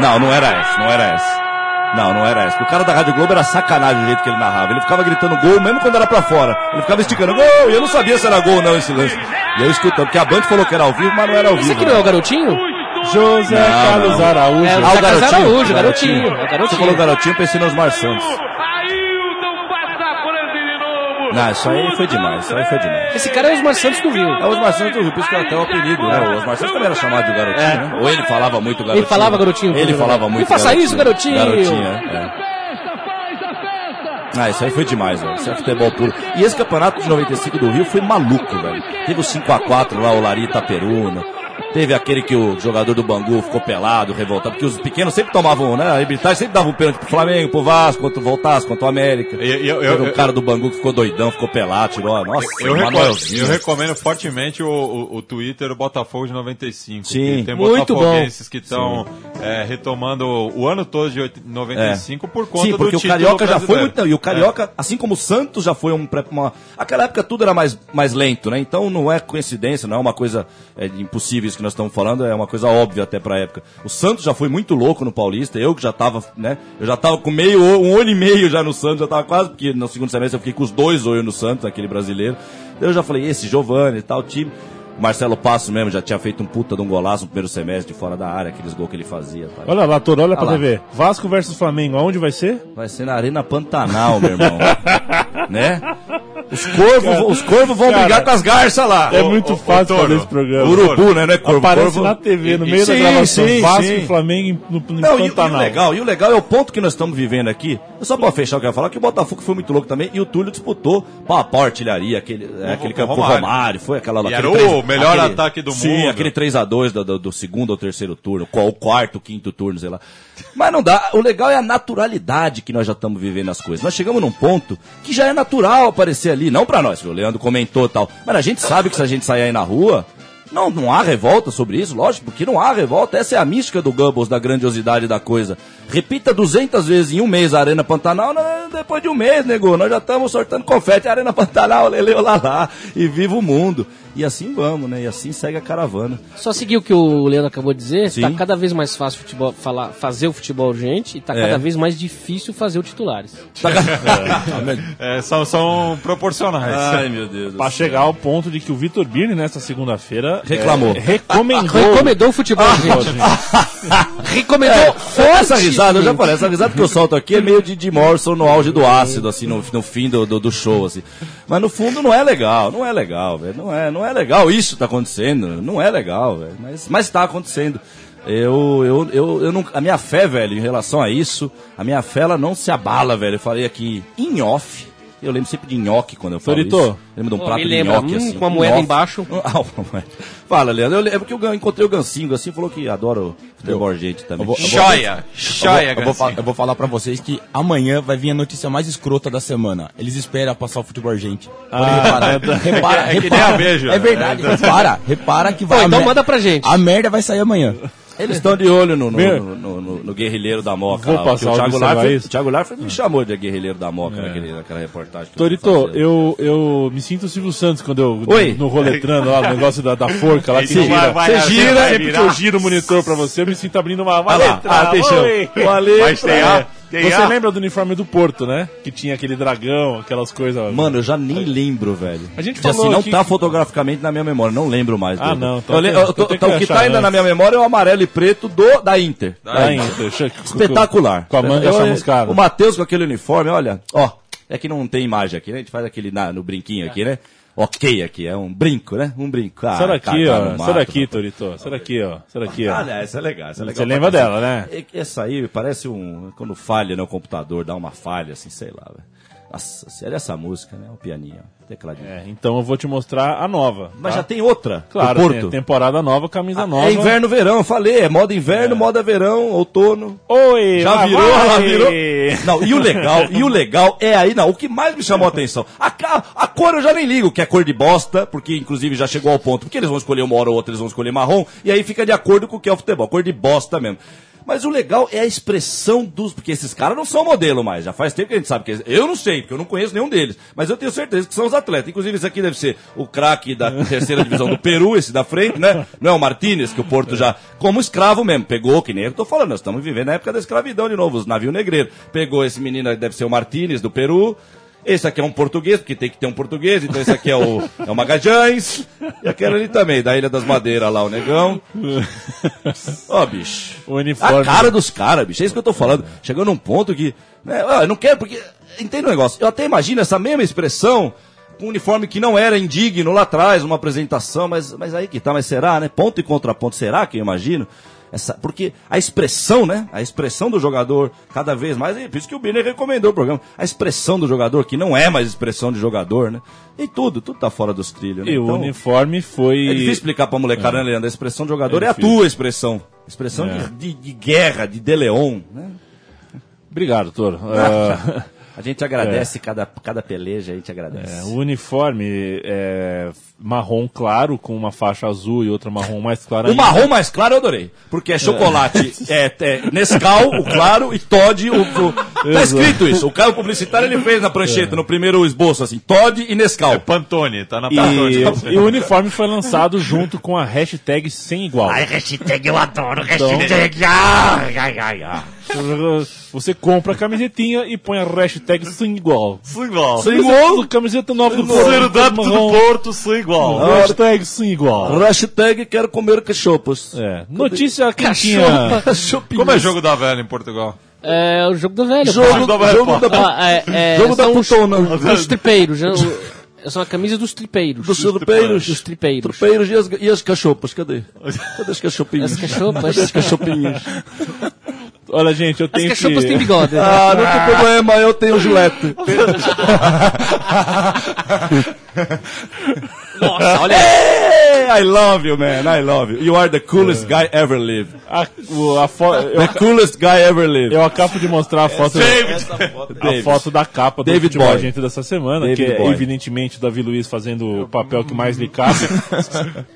Speaker 3: Não, não era essa, não era essa. Não, não era essa. O cara da Rádio Globo era sacanagem o jeito que ele narrava. Ele ficava gritando gol mesmo quando era pra fora. Ele ficava esticando gol e eu não sabia se era gol ou não esse lance. E eu escutando, porque a Band falou que era ao vivo, mas não era ao vivo.
Speaker 2: Esse
Speaker 3: né?
Speaker 2: aqui não é o garotinho?
Speaker 1: José
Speaker 3: Não,
Speaker 1: Carlos
Speaker 3: não.
Speaker 1: Araújo.
Speaker 2: É, o
Speaker 3: Ah,
Speaker 2: José Carlos Araújo, garotinho. É o
Speaker 3: Você
Speaker 2: garotinho.
Speaker 3: falou garotinho, eu pensei nos Mar Santos. Não, isso aí foi demais, isso aí foi demais.
Speaker 2: Esse cara é os Mar Santos do Rio.
Speaker 3: É o Osmar Santos do Rio, por isso que era até o apelido, né? O Osmar Santos também era chamado de garotinho, né? Ou ele falava muito garotinho.
Speaker 2: É. Ele falava garotinho,
Speaker 3: Ele
Speaker 2: tudo,
Speaker 3: falava
Speaker 2: né?
Speaker 3: muito
Speaker 2: Não faça isso, garotinho!
Speaker 3: Garotinho, é. é. Ah, isso aí foi demais, velho. Isso é futebol puro. E esse campeonato de 95 do Rio foi maluco, velho. Teve o 5x4 lá, o Larita Peruna. Teve aquele que o jogador do Bangu ficou pelado, revoltado, porque os pequenos sempre tomavam, né? A arbitragem sempre dava um pênalti pro Flamengo, pro Vasco, contra o Voltaço, contra o América.
Speaker 8: E- e- eu-
Speaker 3: Teve
Speaker 8: eu-
Speaker 3: um cara do Bangu que ficou doidão, ficou pelado, tirou a... Nossa,
Speaker 8: Eu recomendo,
Speaker 3: Manuelzinho.
Speaker 8: eu recomendo fortemente o, o, o Twitter do Botafogo de 95.
Speaker 3: Sim.
Speaker 8: que tem
Speaker 2: Muito
Speaker 8: botafoguenses que estão é, retomando o ano todo de oit- 95 por conta
Speaker 3: Sim, porque
Speaker 8: do
Speaker 3: o
Speaker 8: título
Speaker 3: Carioca já foi
Speaker 8: brasileiro. É.
Speaker 3: muito. E o Carioca, assim como o Santos já foi um. pré- Uma, aquela época tudo era mais, mais lento, né? Então não é coincidência, não é uma coisa é, impossível isso que nós estamos falando, é uma coisa óbvia até pra época. O Santos já foi muito louco no Paulista, eu que já tava, né? Eu já tava com meio, olho- um olho e meio já no Santos, já tava quase, porque no segundo semestre eu fiquei com os dois olhos no Santos, aquele brasileiro. Eu já falei, esse Giovani e tal, time. O Marcelo Passo mesmo já tinha feito um puta de um golaço no primeiro semestre de fora da área, aqueles gols que ele fazia. Tá?
Speaker 1: Olha lá, Toro, olha pra
Speaker 3: lá.
Speaker 1: TV. Vasco versus Flamengo, aonde vai ser?
Speaker 3: Vai ser na Arena Pantanal, meu
Speaker 8: [laughs]
Speaker 3: irmão. né? Os corvos, os corvos vão
Speaker 1: Cara,
Speaker 3: brigar com as garças lá.
Speaker 1: É muito
Speaker 8: ô,
Speaker 1: fácil
Speaker 8: Toro,
Speaker 1: fazer esse programa.
Speaker 3: Urubu, né? Não é corvo,
Speaker 1: Aparece
Speaker 3: corvo.
Speaker 1: na TV, no
Speaker 3: E-
Speaker 1: meio da
Speaker 3: sim,
Speaker 1: gravação.
Speaker 3: sim,
Speaker 1: Vasco
Speaker 3: sim.
Speaker 1: e Flamengo no, no
Speaker 3: Não, e, e o
Speaker 1: Pantanal.
Speaker 3: legal, e o legal é o ponto que nós estamos vivendo aqui. Eu Só pra fechar o que eu ia falar, que o Botafogo foi muito louco também, e o Túlio disputou pau a pau, artilharia, aquele, é, aquele
Speaker 8: com o
Speaker 3: campo com o
Speaker 8: Romário.
Speaker 3: Romário, foi aquela
Speaker 8: E
Speaker 3: aquele
Speaker 8: era o melhor ataque do
Speaker 3: sim,
Speaker 8: mundo.
Speaker 3: aquele 3x2 do, do- do segundo ou terceiro turno, qual o quarto, quinto turno, sei lá. Mas não dá, o legal é a naturalidade que nós já estamos vivendo as coisas. Nós chegamos num ponto que já é natural aparecer ali, não pra nós, o Leandro comentou e tal, mas a gente sabe que se a gente sair aí na rua, não, não há revolta sobre isso, lógico, porque não há revolta. Essa é a mística do Gumbels, da grandiosidade da coisa. Repita 200 vezes em um mês a Arena Pantanal, né, depois de um mês, nego, nós já estamos sortando confete. Arena Pantanal, lele, lá lá, e viva o mundo. E assim vamos, né? E assim segue a caravana.
Speaker 2: Só seguir o que o Leandro acabou de dizer,
Speaker 3: Sim.
Speaker 2: tá cada vez mais fácil futebol, falar, fazer o futebol urgente e tá
Speaker 3: É.
Speaker 2: cada vez mais difícil fazer o titulares.
Speaker 3: [laughs]
Speaker 8: É, são, são proporcionais.
Speaker 3: meu Deus.
Speaker 1: Pra chegar ao ponto de que o Vitor Birne, nessa segunda-feira,
Speaker 3: Reclamou. [laughs]
Speaker 1: é, recomendou.
Speaker 2: Recomendou o futebol urgente. Recomendou Então, forte.
Speaker 3: É, Essa risada, eu já falei, essa risada que eu solto aqui é meio de, de Morrison no auge do ácido, assim, no, no fim do, do, do show, assim. Mas no fundo não é legal, não é legal, velho. Não é, não é legal isso tá acontecendo, não é legal, velho. Mas, mas tá acontecendo. Eu, eu, eu, eu não, a minha fé, velho, em relação a isso, a minha fé, ela não se abala, velho. Eu falei aqui em off, Eu lembro sempre de nhoque quando eu falo
Speaker 1: Torito.
Speaker 3: isso. Eu lembro de um
Speaker 2: Pô,
Speaker 3: prato
Speaker 2: me
Speaker 3: de
Speaker 2: lembra,
Speaker 3: nhoque,
Speaker 2: hum,
Speaker 3: assim.
Speaker 2: com uma moeda
Speaker 3: Nhoque.
Speaker 2: embaixo.
Speaker 3: [laughs] Ah, uma moeda. Fala, Leandro. Eu lembro que eu gan- encontrei o Gansinho. O Gansinho falou que adora o futebol argentino também.
Speaker 8: Tá Choia, choia,
Speaker 9: eu, vou, eu, vou fa-
Speaker 8: Gansinho.
Speaker 9: eu vou falar pra vocês que amanhã vai vir a notícia mais escrota da semana. Eles esperam passar o futebol argentino.
Speaker 3: Ah,
Speaker 9: Podem
Speaker 3: [laughs]
Speaker 9: reparar. repara,
Speaker 8: É que nem a Veja.
Speaker 9: É verdade. repara, repara que vai.
Speaker 2: Pô,
Speaker 9: a
Speaker 2: então
Speaker 9: mer-
Speaker 2: manda pra gente.
Speaker 9: A merda vai sair amanhã.
Speaker 3: Eles estão de olho no, no,
Speaker 1: Meu-
Speaker 3: no, no- no- no guerrilheiro da Moca.
Speaker 1: Vou
Speaker 3: lá, porque
Speaker 1: passar a
Speaker 3: o Thiago
Speaker 1: observar
Speaker 3: Leifert-
Speaker 1: isso.
Speaker 3: o Thiago Leifert me chamou de guerrilheiro da Moca
Speaker 9: É.
Speaker 3: naquele- naquela reportagem. que eu
Speaker 1: Torito,
Speaker 3: fazia.
Speaker 1: eu, eu me sinto o Silvio Santos quando eu
Speaker 3: Oi.
Speaker 1: no roletrando lá, o negócio da, da forca lá que
Speaker 8: Sim.
Speaker 1: gira.
Speaker 8: Vai, vai,
Speaker 1: Você
Speaker 8: vai,
Speaker 1: gira,
Speaker 8: vai
Speaker 1: sempre que
Speaker 8: virar.
Speaker 1: eu giro o monitor pra você, eu me sinto abrindo uma, uma
Speaker 3: Vai lá,
Speaker 1: letra.
Speaker 3: atenção.
Speaker 1: Oi.
Speaker 3: Uma letra. né?
Speaker 8: Mas tem A,
Speaker 1: É.
Speaker 8: tem
Speaker 1: Você
Speaker 8: A.
Speaker 1: lembra do uniforme do Porto, né? Que tinha aquele dragão, aquelas coisas.
Speaker 3: Mano, eu já nem lembro, velho.
Speaker 1: A gente
Speaker 3: Já,
Speaker 1: falou
Speaker 3: assim, não
Speaker 1: que-
Speaker 3: tá fotograficamente na minha memória, não lembro mais.
Speaker 1: Ah,
Speaker 3: Duda.
Speaker 1: não, então
Speaker 3: Eu le-
Speaker 1: tem-
Speaker 3: eu tô-
Speaker 1: então tem
Speaker 3: então
Speaker 1: que
Speaker 3: o que tá
Speaker 1: achar
Speaker 3: ainda na
Speaker 1: antes.
Speaker 3: minha memória é o amarelo e preto do, da Inter.
Speaker 1: Ah, então, che-
Speaker 3: Espetacular.
Speaker 1: Com a manga
Speaker 3: Eu-
Speaker 1: chamuscada.
Speaker 3: O Matheus com aquele uniforme, olha, ó. É que não tem imagem aqui, né? A gente faz aquele na- no brinquinho
Speaker 1: É.
Speaker 3: aqui, né? Ok aqui, é um brinco, né? Um brinco. Ah,
Speaker 1: Sai daqui,
Speaker 3: cagar no
Speaker 1: ó. Sai
Speaker 3: mato,
Speaker 1: daqui, Torito. Sai daqui, ó. Sai daqui, ó.
Speaker 3: Olha, essa é legal, essa é legal.
Speaker 1: Você
Speaker 3: pra
Speaker 1: lembra
Speaker 3: cacete.
Speaker 1: dela, né?
Speaker 3: É que Essa aí parece um. Quando falha no computador, dá uma falha, assim, sei lá, velho. Nossa, sério, essa música, né? O pianinho, o tecladinho.
Speaker 1: É, então eu vou te mostrar a nova.
Speaker 3: Mas
Speaker 1: tá?
Speaker 3: já tem outra. do
Speaker 1: Claro, tem
Speaker 3: Porto.
Speaker 1: a temporada nova, camisa nova.
Speaker 3: É inverno, verão, eu falei. É moda inverno, moda verão, outono.
Speaker 1: Oi,
Speaker 3: Já
Speaker 1: lá
Speaker 3: virou,
Speaker 1: vai.
Speaker 3: ela virou. Não, e o legal, e o legal é aí, não, o que mais me chamou a atenção, a, ca- a cor eu já nem ligo, que é cor de bosta, porque inclusive já chegou ao ponto, porque eles vão escolher uma hora ou outra, eles vão escolher marrom, e aí fica de acordo com o que é o futebol, cor de bosta mesmo. Mas o legal é a expressão dos. Porque esses caras não são modelo mais. Já faz tempo que a gente sabe que eles. Eu não sei, porque eu não conheço nenhum deles. Mas eu tenho certeza que são os atletas. Inclusive, esse aqui deve ser o craque da terceira divisão do Peru, esse da frente, né? Não é o Martínez, que o Porto já. Como escravo mesmo. Pegou, que nem eu tô falando. Nós estamos vivendo na época da escravidão de novo, os navios negreiros. Pegou esse menino, deve ser o Martínez do Peru. Esse aqui é um português, porque tem que ter um português, então esse aqui é o, é o Magalhães. E aquele ali também, da Ilha das Madeiras lá, o
Speaker 1: [laughs]
Speaker 3: negão. Ó, bicho.
Speaker 1: O uniforme.
Speaker 3: A cara dos caras, bicho. É isso que eu tô falando. Chegou num ponto que. né, ah, eu não quero, porque. Entende o negócio? Eu até imagino essa mesma expressão com um uniforme que não era indigno lá atrás, numa apresentação, mas, mas aí que tá, mas será, né? Ponto e contraponto, será que eu imagino? Essa, porque a expressão, né? A expressão do jogador, cada vez mais, é por isso que o Biner recomendou o programa. A expressão do jogador, que não é mais expressão de jogador, né? E tudo, tudo tá fora dos trilhos, né?
Speaker 1: E o
Speaker 3: Então-
Speaker 1: uniforme foi.
Speaker 3: é difícil explicar pra molecada, né, Leandro? A expressão de jogador
Speaker 1: É
Speaker 3: é, a
Speaker 1: difícil.
Speaker 3: tua expressão. Expressão
Speaker 1: É.
Speaker 3: de, de- de guerra, de Deleon. Né? [laughs]
Speaker 1: Obrigado, Toro. Ah,
Speaker 3: A gente agradece cada, cada peleja, a gente agradece.
Speaker 1: é, o uniforme é marrom claro, com uma faixa azul e outra marrom mais clara.
Speaker 3: O marrom mais claro eu adorei. Porque é [laughs] chocolate, é, é Nescau, o claro, e Todd, o. o- Tá escrito isso. O cara publicitário ele fez na prancheta, no primeiro esboço, assim, É. Todd Então, e Nescau.
Speaker 8: É Pantone, tá na Pantone.
Speaker 3: [laughs]
Speaker 1: E, e o uniforme foi lançado junto com a hashtag sem igual.
Speaker 6: hashtag eu adoro,
Speaker 3: Então-
Speaker 1: hashtag,
Speaker 6: Ai, ai, ai, ai.
Speaker 1: Você compra a camisetinha e põe a hashtag sem igual.
Speaker 8: Sou igual.
Speaker 1: Sem igual? Camiseta nova do Porto. marrom.
Speaker 8: Porto, sou igual.
Speaker 1: Hashtag sem igual.
Speaker 3: Hashtag quero comer cachopos.
Speaker 1: É. Notícia quentinha.
Speaker 8: Como é jogo da velha em Portugal?
Speaker 2: É o jogo do velho.
Speaker 3: Jogo,
Speaker 8: Não vai
Speaker 3: jogo
Speaker 8: falar.
Speaker 3: da,
Speaker 2: Ah, é, é,
Speaker 3: jogo da
Speaker 2: são os-
Speaker 3: putona.
Speaker 2: Os tripeiros. né? O- São a camisa dos tripeiros.
Speaker 3: Dos tripeiros.
Speaker 2: Dos tripeiros.
Speaker 3: Trupeiros e as, e as cachopas, cadê? Cadê as cachopinhas?
Speaker 2: As cachopas?
Speaker 3: Cadê as cachopinhas?
Speaker 1: Olha, gente, eu
Speaker 2: As
Speaker 1: tenho
Speaker 2: cachopas
Speaker 1: que...
Speaker 2: têm bigode. né?
Speaker 3: [laughs] ah, não tem problema, eu tenho [laughs] gilete.
Speaker 2: Nossa, olha.
Speaker 3: Hey, I love you, man, I love you. You are the coolest guy ever lived.
Speaker 1: [laughs] A, o- a fo- eu,
Speaker 3: The coolest guy ever lived.
Speaker 1: eu acabo de mostrar a foto... a
Speaker 3: Tá Davis.
Speaker 1: foto da capa do
Speaker 3: É, David
Speaker 1: Futebol
Speaker 3: Boy.
Speaker 1: Agente dessa semana,
Speaker 3: David
Speaker 1: que é
Speaker 3: Boy.
Speaker 1: evidentemente o Davi Luiz fazendo o papel que mais
Speaker 3: [laughs]
Speaker 1: lhe cabe.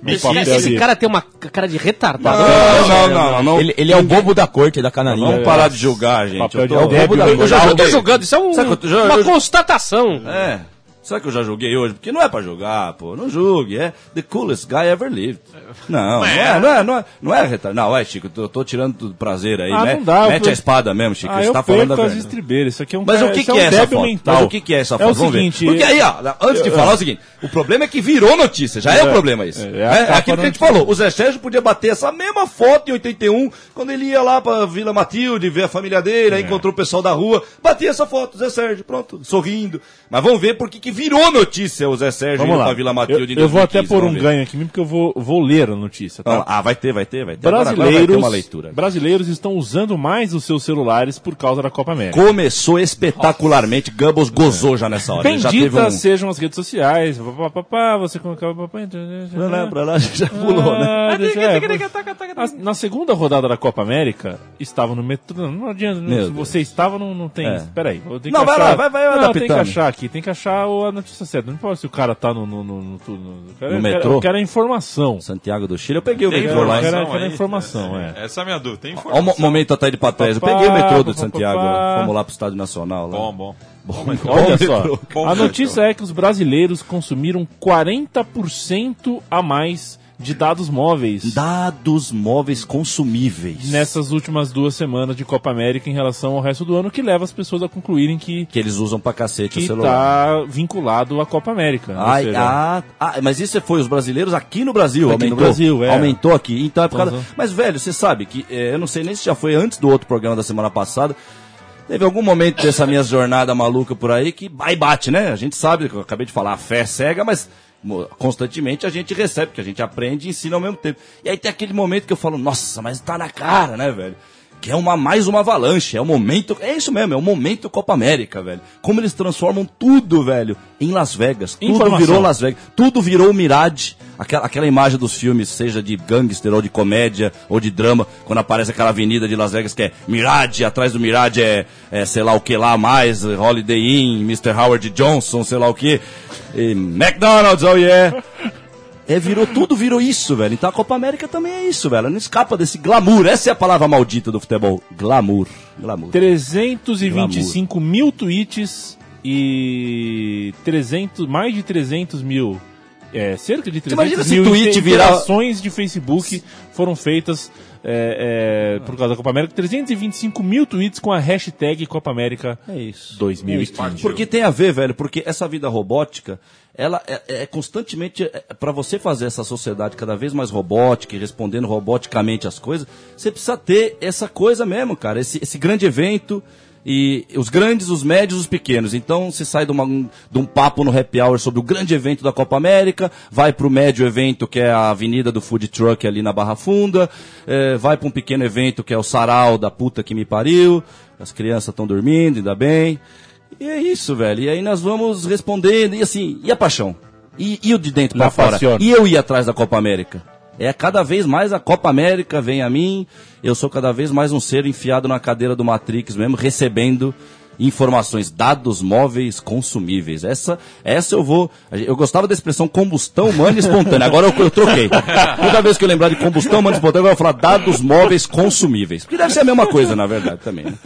Speaker 1: no
Speaker 2: Esse, cara-
Speaker 1: papel
Speaker 2: esse
Speaker 1: de... Ah,
Speaker 2: cara tem uma cara de retardado.
Speaker 3: Não, não, não, não, não.
Speaker 9: Ele, ele é o bobo da corte, da canarinha.
Speaker 3: Vamos parar de julgar, gente.
Speaker 1: Papel
Speaker 3: Eu
Speaker 1: de
Speaker 3: tô- é o bobo
Speaker 1: débil,
Speaker 3: da
Speaker 1: hein?
Speaker 2: Eu já
Speaker 3: corte.
Speaker 2: não tô jogando, isso é um-
Speaker 3: Sabe quanto- já-
Speaker 2: uma
Speaker 3: eu-
Speaker 2: constatação.
Speaker 3: É. Será que eu já joguei hoje? Porque não é pra jogar, pô. Não julgue, é the coolest guy ever lived. Não, não é, não é, não é, não é retardado. Não, é, Chico, tô, tô tirando do prazer aí,
Speaker 1: Ah,
Speaker 3: né?
Speaker 1: não dá, eu
Speaker 3: Mete
Speaker 1: tô-
Speaker 3: a espada mesmo, Chico.
Speaker 1: Ah,
Speaker 3: você
Speaker 1: eu
Speaker 3: tá falando
Speaker 1: perco
Speaker 3: da
Speaker 1: as
Speaker 3: verdade.
Speaker 1: estribeiras. Isso aqui é um
Speaker 3: Mas
Speaker 1: cara-
Speaker 3: o que,
Speaker 1: isso
Speaker 3: que é
Speaker 1: um
Speaker 3: essa
Speaker 1: débil
Speaker 3: foto?
Speaker 1: mental.
Speaker 3: Mas o que, que é essa foto?
Speaker 1: É o
Speaker 3: Vamos
Speaker 1: seguinte,
Speaker 3: ver. Porque aí, ó, antes de
Speaker 1: eu-
Speaker 3: falar é o seguinte, o problema é que virou notícia, já é,
Speaker 1: É,
Speaker 3: problema isso.
Speaker 1: é, é
Speaker 3: É,
Speaker 1: a capa
Speaker 3: aquilo que a gente
Speaker 1: notícia.
Speaker 3: falou, o Zé Sérgio podia bater essa mesma foto em 81, quando ele ia lá pra Vila Matilde ver a
Speaker 1: É.
Speaker 3: família dele, aí encontrou o pessoal da rua, batia essa foto, Zé Sérgio, pronto, sorrindo. Mas vamos ver por que que virou notícia o Zé Sérgio
Speaker 1: Vamos
Speaker 3: indo
Speaker 1: lá.
Speaker 3: pra Vila
Speaker 1: eu,
Speaker 3: Matilde em
Speaker 1: eu vou
Speaker 3: 2015,
Speaker 1: até pôr um
Speaker 3: vamos ver.
Speaker 1: ganho aqui mesmo, porque eu vou, vou ler a notícia, tá?
Speaker 3: Vamos lá. Ah, vai ter, vai ter, vai ter. Agora- agora vai ter
Speaker 1: Brasileiros,
Speaker 3: uma leitura.
Speaker 1: brasileiros estão usando mais os seus celulares por causa da Copa América.
Speaker 3: Começou espetacularmente. Gambos gozou já nessa hora. Ele já teve um...
Speaker 1: Benditas sejam as redes sociais. Pá, pá, pá, pá, você coloca. pá, pá,
Speaker 3: Pra lá, é pra lá, já pulou, né? [laughs]
Speaker 1: Ah, deixa- é, a- Na segunda rodada da Copa América, estava no metrô. Não adianta, não-
Speaker 3: Meu
Speaker 1: se você estava, não, não tem.
Speaker 3: É.
Speaker 1: isso. Peraí. eu tenho
Speaker 3: Não,
Speaker 1: que
Speaker 3: vai
Speaker 1: achar-
Speaker 3: lá, vai- vai
Speaker 1: Não, tem que
Speaker 3: adaptando.
Speaker 1: achar aqui, tem que achar o- a notícia certa. Não importa se o cara tá no. No, no, no, no, eu quero-
Speaker 3: No
Speaker 1: eu quero-
Speaker 3: metrô?
Speaker 1: Eu quero a informação.
Speaker 3: É. Santiago do Chile, eu peguei o
Speaker 8: Tem né?
Speaker 3: metrô lá.
Speaker 1: informação.
Speaker 3: hein?
Speaker 1: Era aquela informação, é.
Speaker 8: Essa é a minha dúvida. Tem
Speaker 3: Olha o mo-
Speaker 8: informação.
Speaker 3: momento até de patrões. Eu
Speaker 1: Papá,
Speaker 3: peguei o metrô do
Speaker 1: papapá.
Speaker 3: Santiago. né? Fomos lá pro Estádio Nacional. Lá.
Speaker 8: Bom, bom.
Speaker 3: Bom,
Speaker 1: Olha
Speaker 3: metrô.
Speaker 1: só,
Speaker 8: Bom
Speaker 1: a
Speaker 8: metrô.
Speaker 1: notícia é que os brasileiros consumiram 40% a mais de dados móveis
Speaker 3: Dados móveis consumíveis.
Speaker 1: nessas últimas duas semanas de Copa América em relação ao resto do ano, que leva as pessoas a concluírem que
Speaker 3: Que eles usam pra cacete o
Speaker 1: que tá.
Speaker 3: celular.
Speaker 1: está vinculado à Copa América. ou
Speaker 3: Ai,
Speaker 1: seja,
Speaker 3: ah, ah, mas isso foi os brasileiros aqui no Brasil.
Speaker 1: Aqui no
Speaker 3: aumentou.
Speaker 1: Brasil, é.
Speaker 3: Aumentou aqui. Então é por causa.
Speaker 1: Uhum.
Speaker 3: Mas, velho, você sabe que. eh, eu não sei nem se já foi antes do outro programa da semana passada. Teve algum momento dessa minha jornada maluca por aí que vai e bate, né? A gente sabe, que eu acabei de falar, a fé é cega, mas mo- constantemente a gente recebe, porque a gente aprende e ensina ao mesmo tempo. E aí tem aquele momento que eu falo, nossa, mas tá na cara, né, velho? Que é uma, mais uma avalanche, é o momento, é isso mesmo, é o momento Copa América, velho. Como eles transformam tudo, velho, em Las Vegas. Tudo
Speaker 1: Informação.
Speaker 3: virou Las Vegas, tudo virou um Mirage. Aquela, aquela imagem dos filmes, seja de gangster ou de comédia ou de drama, quando aparece aquela avenida de Las Vegas que é Mirage, atrás do Mirage é, é sei lá o que lá mais, Holiday Inn, Mr. Howard Johnson, sei lá o que, e McDonald's, oh yeah. É, virou tudo, virou isso, velho. Então a Copa América também é isso, velho. Ela Não escapa desse glamour. Essa é a palavra maldita do futebol. Glamour. Glamour.
Speaker 1: 325 mil tweets e 300, mais de 300 mil, é, cerca de 300
Speaker 3: imagina se
Speaker 1: mil
Speaker 3: tweet
Speaker 1: inter-
Speaker 3: virar-
Speaker 1: interações de Facebook foram feitas é, é, por causa da Copa América. 325 mil tweets com a hashtag Copa América
Speaker 3: É isso.
Speaker 1: 2015.
Speaker 3: Porque tem a ver, velho, porque essa vida robótica, ela é, é constantemente. É, para você fazer essa sociedade cada vez mais robótica e respondendo roboticamente as coisas, você precisa ter essa coisa mesmo, cara. Esse, esse grande evento. E os grandes, os médios, os pequenos. Então você sai de, uma- um- de um papo no happy hour sobre o grande evento da Copa América, vai pro médio evento que é a avenida do food truck ali na Barra Funda, eh, vai pra um pequeno evento que é o sarau da puta que me pariu, as crianças estão dormindo, ainda bem. E é isso, velho. E aí nós vamos respondendo. E assim, e a paixão? E, e o de dentro pra
Speaker 1: La
Speaker 3: fora?
Speaker 1: pasión.
Speaker 3: E eu ir atrás da Copa América? É cada vez mais a Copa América vem a mim. Eu sou cada vez mais um ser enfiado na cadeira do Matrix mesmo, recebendo informações, dados móveis consumíveis. Essa, essa eu vou. Eu gostava da expressão combustão humana e espontânea. Agora eu, eu troquei. Toda vez que eu lembrar de combustão humana e espontânea, agora eu vou falar dados móveis consumíveis. Porque deve ser a mesma coisa, na verdade, também. né?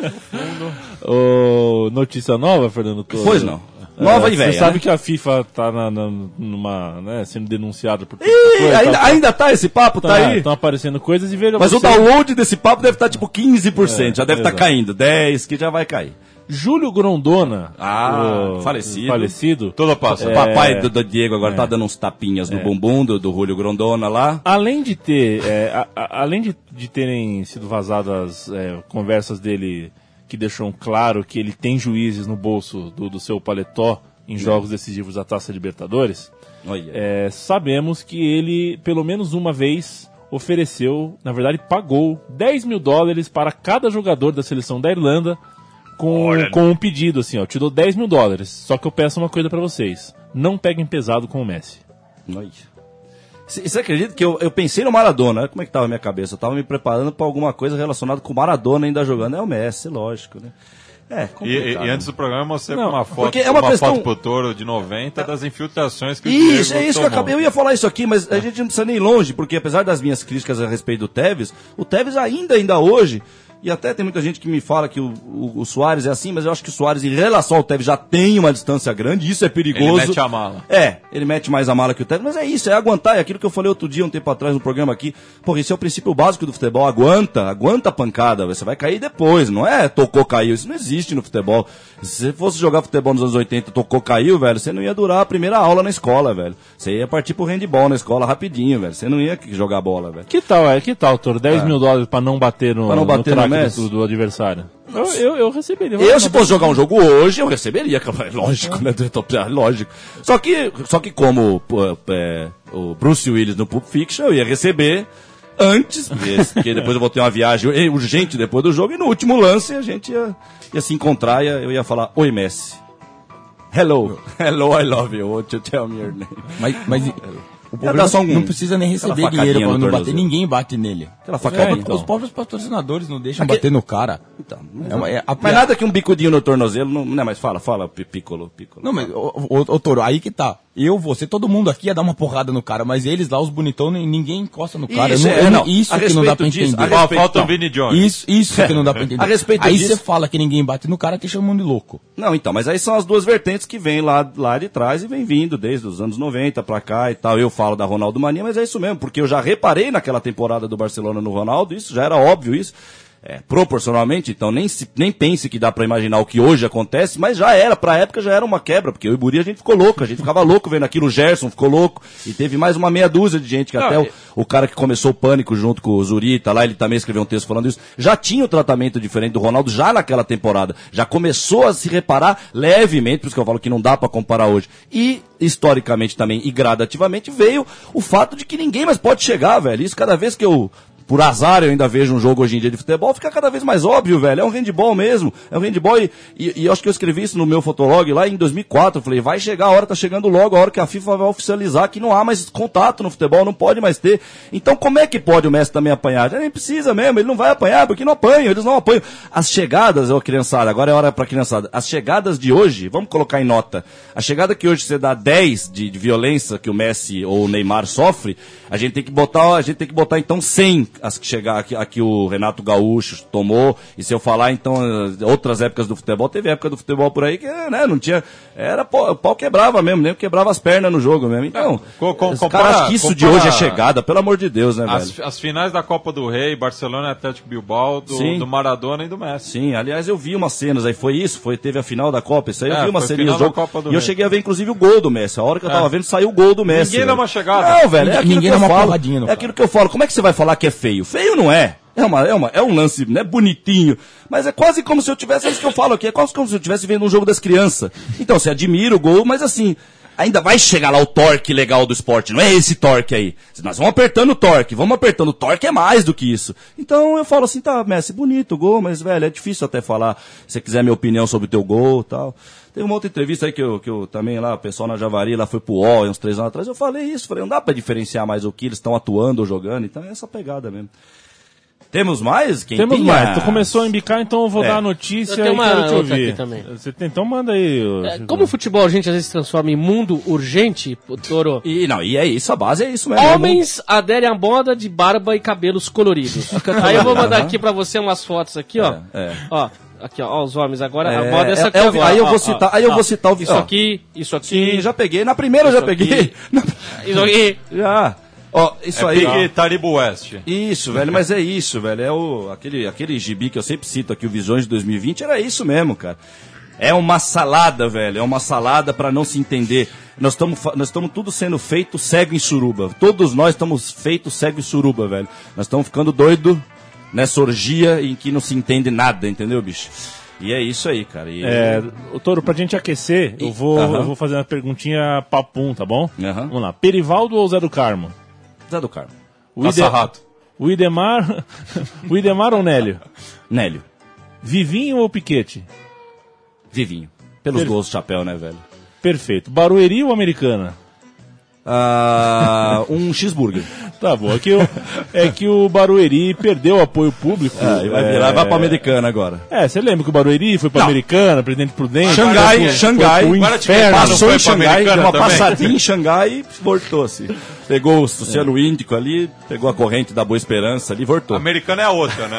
Speaker 1: Ô, notícia nova, Fernando Torres?
Speaker 3: Pois não. Nova
Speaker 1: É,
Speaker 3: e velha.
Speaker 1: Você sabe
Speaker 3: né?
Speaker 1: que a FIFA tá na- na- numa, né, sendo denunciada por... tanta
Speaker 3: Ih,
Speaker 1: coisa,
Speaker 3: ainda,
Speaker 1: tá-
Speaker 3: ainda tá esse papo, tá, aí?
Speaker 1: Estão aparecendo coisas e veja
Speaker 3: Mas o
Speaker 1: Então você-
Speaker 3: download desse papo deve estar tipo 15%, já deve estar
Speaker 1: exato.
Speaker 3: caindo. 10% que já vai cair.
Speaker 1: Júlio Grondona.
Speaker 3: Ah, falecido.
Speaker 1: falecido.
Speaker 8: Toda passa.
Speaker 3: O papai do, do Diego agora tá dando uns tapinhas no bumbum do, do Julio Grondona lá.
Speaker 1: Além de ter, é, a- a- além de, de terem sido vazadas é, conversas dele que deixam claro que ele tem juízes no bolso do, do seu paletó em jogos decisivos da Taça Libertadores,
Speaker 3: Olha.
Speaker 1: é, sabemos que ele, pelo menos uma vez, ofereceu, na verdade pagou 10 mil dólares para cada jogador da seleção da Irlanda com, com um pedido assim, ó, te dou 10 mil dólares, só que eu peço uma coisa para vocês, não peguem pesado com o Messi.
Speaker 3: Olha. C- Você acredita que eu, eu pensei no Maradona? Olha Como é que tava a minha cabeça? Eu tava me preparando pra alguma coisa relacionada com o Maradona ainda jogando. É o Messi, lógico, né? É,
Speaker 8: E, e-
Speaker 3: complicado.
Speaker 8: e antes do programa eu mostrei
Speaker 1: Não,
Speaker 8: uma foto,
Speaker 3: porque é uma
Speaker 8: uma
Speaker 3: questão-
Speaker 8: foto pro Toro de 90 das infiltrações que o
Speaker 3: Isso,
Speaker 8: Diego
Speaker 3: é isso que eu
Speaker 8: tomou.
Speaker 3: acabei. Eu ia falar isso aqui, mas a gente não precisa nem ir longe, porque apesar das minhas críticas a respeito do Tevez, o Tevez ainda, ainda hoje, e até tem muita gente que me fala que o, o, o Soares é assim, mas eu acho que o Soares, em relação ao Tevez, já tem uma distância grande, isso é perigoso.
Speaker 8: Ele mete a mala.
Speaker 3: É, ele mete mais a mala que o Tevez, mas é isso, é aguentar, é aquilo que eu falei outro dia, um tempo atrás no programa aqui. Porra, esse é o princípio básico do futebol, aguenta, aguenta a pancada, você vai cair depois, não é tocou, caiu, isso não existe no futebol. Se você fosse jogar futebol nos anos 80 e tocou, caiu, velho, você não ia durar a primeira aula na escola, velho. Você ia partir pro handball na escola rapidinho, velho, você não ia jogar bola, velho.
Speaker 1: Que tal, é? Que tal, Toro? 10 mil dólares pra não bater no,
Speaker 3: Ah. Pra não
Speaker 1: no
Speaker 3: bater no
Speaker 1: ataque
Speaker 3: Messi.
Speaker 1: do, do adversário. Eu, eu, eu receberia.
Speaker 3: Eu, se fosse jogar um jogo hoje, eu receberia, [laughs] cara. É lógico, né? É Lógico. Só que, só que como pô, é, o Bruce Willis no Pulp Fiction, eu ia receber antes, porque- porque depois eu vou ter uma viagem urgente depois do jogo, e no último lance a gente ia, ia se encontrar e eu ia falar, Oi, Messi. Hello. Hello, I love you. What you tell me your name?
Speaker 9: Mas, mas o
Speaker 3: dar
Speaker 9: problema
Speaker 3: só um-
Speaker 9: não precisa nem receber
Speaker 3: aquela
Speaker 9: dinheiro pra
Speaker 3: facadinha no
Speaker 9: não bater.
Speaker 3: tornozelo.
Speaker 9: Ninguém bate nele.
Speaker 3: Aquela
Speaker 9: Os
Speaker 3: facadinha,
Speaker 9: próprios-
Speaker 3: então.
Speaker 9: Os próprios patrocinadores não deixam
Speaker 3: Aqui-
Speaker 9: bater no cara. É uma- é a-
Speaker 3: Mas nada que um bicudinho no tornozelo, não, não é mais fala, fala, Pi- Piccolo, Piccolo.
Speaker 9: Não, mas, ô, ô, ô, Toro, aí que tá. Eu, você, todo mundo aqui ia dar uma porrada no cara, mas eles lá, os bonitão, nem- ninguém encosta no cara.
Speaker 3: Isso,
Speaker 9: eu
Speaker 3: é,
Speaker 9: eu
Speaker 3: não.
Speaker 9: isso
Speaker 3: A
Speaker 9: que não dá pra
Speaker 3: respeito disso,
Speaker 9: entender.
Speaker 3: a respeito-
Speaker 8: Falta o
Speaker 3: Não.
Speaker 8: Vini Jones.
Speaker 9: Isso, isso que não dá pra entender.
Speaker 3: [laughs] A respeito
Speaker 9: aí você
Speaker 3: disso-
Speaker 9: fala que ninguém bate no cara, que chama de louco.
Speaker 3: Não, então, mas aí são as duas vertentes que vêm lá, lá de trás e vem vindo desde os anos 90 pra cá e tal. Eu falo da Ronaldo Mania, mas é isso mesmo, porque eu já reparei naquela temporada do Barcelona no Ronaldo, isso já era óbvio isso. É, proporcionalmente, então nem, se- nem pense que dá pra imaginar o que hoje acontece, mas já era, pra época já era uma quebra, porque eu e Buri a gente ficou louco, a gente ficava louco vendo aquilo, o Gerson ficou louco, e teve mais uma meia dúzia de gente que até o, o cara que começou o pânico junto com o Zurita lá, ele também escreveu um texto falando isso, já tinha um tratamento diferente do Ronaldo já naquela temporada, já começou a se reparar levemente, por isso que eu falo que não dá pra comparar hoje, e historicamente também, e gradativamente, veio o fato de que ninguém mais pode chegar, velho, isso cada vez que eu por azar eu ainda vejo um jogo hoje em dia de futebol, fica cada vez mais óbvio, velho. É um handball mesmo. É um handball e, e, e eu acho que eu escrevi isso no meu fotolog lá em 2004. Eu falei, vai chegar a hora, tá chegando logo a hora que a FIFA vai oficializar que não há mais contato no futebol, não pode mais ter. Então como é que pode o Messi também apanhar? Já nem precisa mesmo, ele não vai apanhar porque não apanha, eles não apanham. As chegadas, ó criançada, agora é hora pra criançada. As chegadas de hoje, vamos colocar em nota. A chegada que hoje você dá 10 de, de violência que o Messi ou o Neymar sofre, a gente tem que botar, a gente tem que botar então 100 as que chegar aqui, aqui o Renato Gaúcho tomou. E se eu falar então eh, outras épocas do futebol, teve época do futebol por aí que, eh, né, não tinha, era pau, o pau quebrava mesmo, nem quebrava as pernas no jogo mesmo. Então,
Speaker 8: Ah, Co- com-
Speaker 3: os
Speaker 8: compara-
Speaker 3: caras acham que isso de
Speaker 8: compara-
Speaker 3: hoje é chegada, pelo amor de Deus, né, velho?
Speaker 8: As, as finais da Copa do Rei, Barcelona e Atlético Bilbao, do,
Speaker 3: Sim.
Speaker 8: do Maradona e do Messi.
Speaker 3: Sim, aliás, eu vi umas cenas aí, foi isso, foi, teve a final da Copa, isso aí
Speaker 8: É,
Speaker 3: eu vi uma
Speaker 8: foi
Speaker 3: ceninha
Speaker 8: final
Speaker 3: do
Speaker 8: da
Speaker 3: jogo.
Speaker 8: Copa
Speaker 3: e
Speaker 8: do
Speaker 3: eu
Speaker 8: Rei. É.
Speaker 3: cheguei a ver, inclusive, o gol do Messi. A hora que eu tava vendo, saiu o gol do Messi.
Speaker 8: Ninguém dá
Speaker 3: velho.
Speaker 8: uma chegada.
Speaker 3: Não, velho, é aquilo
Speaker 9: Ninguém
Speaker 3: que
Speaker 9: dá
Speaker 3: eu
Speaker 9: uma
Speaker 3: falo.
Speaker 9: porradinha no
Speaker 3: É aquilo que eu falo. Como é que você vai falar que é feio? Feio não é. É, uma, é, uma, é um lance, né, bonitinho. Mas é quase como se eu tivesse, é isso que eu falo aqui, é quase como se eu estivesse vendo um jogo das crianças. Então, você admira o gol, mas assim, ainda vai chegar lá o torque legal do esporte, não é esse torque aí. Nós vamos apertando o torque, vamos apertando o torque, é mais do que isso. Então eu falo assim, tá, Messi, bonito o gol, mas velho, é difícil até falar, se você quiser minha opinião sobre o teu gol e tal. Teve uma outra entrevista aí que eu, que eu também lá, o pessoal na Javari lá foi pro UOL, uns três anos atrás, eu falei isso, falei, não dá pra diferenciar mais o que eles estão atuando ou jogando, então é essa pegada mesmo. Temos mais? Quem
Speaker 1: Temos
Speaker 3: tem
Speaker 1: mais.
Speaker 3: a-
Speaker 1: Tu começou a embicar, então eu vou
Speaker 3: É.
Speaker 1: dar a notícia
Speaker 2: Eu tenho
Speaker 1: e
Speaker 2: uma
Speaker 1: quero te
Speaker 2: outra
Speaker 1: ouvir.
Speaker 2: aqui também.
Speaker 1: Você tem- então manda aí. ô,
Speaker 2: É,
Speaker 1: Chico.
Speaker 2: como o futebol a gente às vezes se transforma em mundo urgente, o Toro.
Speaker 3: E não, e é isso, a base é isso mesmo.
Speaker 2: Homens aderem à moda de barba e cabelos
Speaker 3: [laughs]
Speaker 2: coloridos. Aí eu vou mandar aqui pra você umas fotos aqui, ó.
Speaker 3: É, é.
Speaker 2: Ó, aqui, ó, ó, os homens agora.
Speaker 3: É,
Speaker 2: a moda é essa
Speaker 3: é,
Speaker 2: aqui
Speaker 3: é o-
Speaker 2: agora.
Speaker 3: aí eu
Speaker 2: ó,
Speaker 3: vou
Speaker 2: ó,
Speaker 3: citar- aí eu
Speaker 2: ó.
Speaker 3: vou citar o-
Speaker 2: Isso
Speaker 3: ó.
Speaker 2: aqui, isso
Speaker 3: Sim,
Speaker 2: aqui,
Speaker 3: já peguei. Na primeira eu já
Speaker 2: Isso aqui.
Speaker 3: peguei. [laughs] Na-
Speaker 2: isso aqui.
Speaker 3: Já. Ó, isso
Speaker 8: É
Speaker 3: aí.
Speaker 8: Big Taribo West.
Speaker 3: Isso, velho, mas é isso, velho. É o, aquele, aquele gibi que eu sempre cito aqui, o Visões de 2020, era isso mesmo, cara. É uma salada, velho. É uma salada pra não se entender. Nós estamos fa- nós estamos tudo sendo feito cego em suruba. Todos nós estamos feitos cego em suruba, velho. Nós estamos ficando doido nessa orgia em que não se entende nada, entendeu, bicho? E é isso aí, cara. E-
Speaker 1: É, ô, Toro, pra gente aquecer, eu
Speaker 3: Ih,
Speaker 1: vou,
Speaker 3: aham.
Speaker 1: eu vou fazer uma perguntinha papum, tá bom?
Speaker 3: Aham.
Speaker 1: Vamos lá. Perivaldo ou Zé do Carmo?
Speaker 3: Zé do Carmo.
Speaker 1: O,
Speaker 8: Passa-rato.
Speaker 1: o Idemar. [laughs] o Idemar ou Nélio?
Speaker 3: Nélio.
Speaker 1: Vivinho ou Piquete?
Speaker 3: Vivinho. Pelos
Speaker 1: Per-
Speaker 3: gols do chapéu, né, velho?
Speaker 1: Perfeito. Barueri ou Americana?
Speaker 3: Ah, um [laughs] cheeseburger.
Speaker 1: Tá bom, é que
Speaker 3: [laughs]
Speaker 1: o, é que o Barueri perdeu apoio público.
Speaker 3: Ah, e vai virar,
Speaker 1: é...
Speaker 3: vai pra americana agora.
Speaker 1: É, você lembra que o Barueri foi pra
Speaker 3: Não.
Speaker 1: Americana, Presidente Prudente?
Speaker 3: Xangai,
Speaker 1: foi pro-
Speaker 3: Xangai.
Speaker 1: foi pro
Speaker 8: Para de
Speaker 1: inferno.
Speaker 8: queimar, não
Speaker 3: Passou
Speaker 8: foi
Speaker 3: em
Speaker 8: pra
Speaker 3: Xangai, deu
Speaker 8: Americana
Speaker 3: uma
Speaker 8: também?
Speaker 3: passadinha em Xangai e voltou-se. Pegou o Oceano Índico ali, pegou a corrente da Boa Esperança ali e voltou.
Speaker 8: Americana é a
Speaker 9: [laughs]
Speaker 8: outra, né?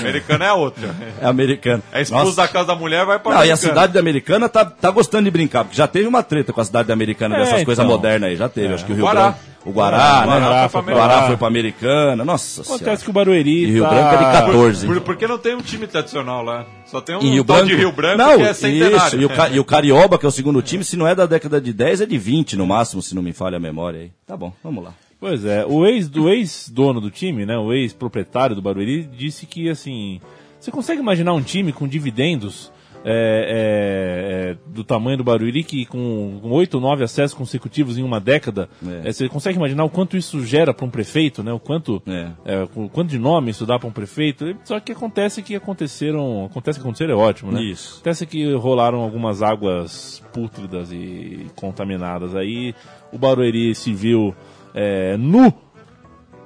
Speaker 8: Americana é a outra.
Speaker 3: É americano.
Speaker 8: É expulso da casa da mulher, vai pra
Speaker 3: Não, e a
Speaker 8: Americana.
Speaker 3: cidade da Americana tá, tá gostando de brincar, porque já teve uma treta com a cidade da Americana
Speaker 1: É,
Speaker 3: dessas coisas
Speaker 1: então.
Speaker 3: modernas aí, já teve, acho que o Rio
Speaker 8: Guará.
Speaker 3: Grande. O Guará,
Speaker 8: O
Speaker 3: né?
Speaker 8: Guará foi pra
Speaker 3: o Guará
Speaker 1: Americana.
Speaker 3: foi pra Americana, nossa
Speaker 1: Acontece
Speaker 3: senhora.
Speaker 1: que o Barueri
Speaker 3: E Rio
Speaker 1: tá...
Speaker 3: Branco é de 14.
Speaker 8: Por, porque não tem um time tradicional lá. Só tem um
Speaker 3: E o
Speaker 8: tal
Speaker 3: Branco...
Speaker 8: de Rio Branco
Speaker 3: não,
Speaker 8: que é centenário.
Speaker 3: Isso, e o, Ca- e o Carioba, que é o segundo time, se não é da década de 10, é de 20 no máximo, se não me falha a memória aí. Tá bom, vamos lá.
Speaker 1: Pois é, o ex do ex-dono do time, né, o ex-proprietário do Barueri, disse que assim, Você consegue imaginar um time com dividendos é, é, é, do tamanho do Barueri que com oito, nove acessos consecutivos em uma década?
Speaker 3: É.
Speaker 1: É, você consegue imaginar o quanto isso gera para um prefeito, né? O quanto,
Speaker 3: É.
Speaker 1: é, o quanto de nome isso dá para um prefeito? Só que acontece que aconteceram, acontece que aconteceram é ótimo, né?
Speaker 3: Isso.
Speaker 1: Acontece que rolaram algumas águas pútridas e contaminadas aí. O Barueri se viu é, nu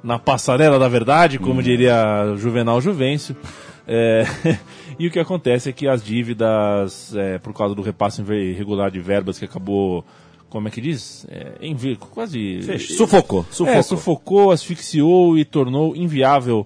Speaker 1: na passarela da verdade, como diria Juvenal Juvencio. É, [laughs] e o que acontece é que as dívidas, é, por causa do repasse irregular de verbas que acabou, como é que diz? É, envi- quase
Speaker 3: Sufocou, sufocou.
Speaker 1: é, sufocou, asfixiou e tornou inviável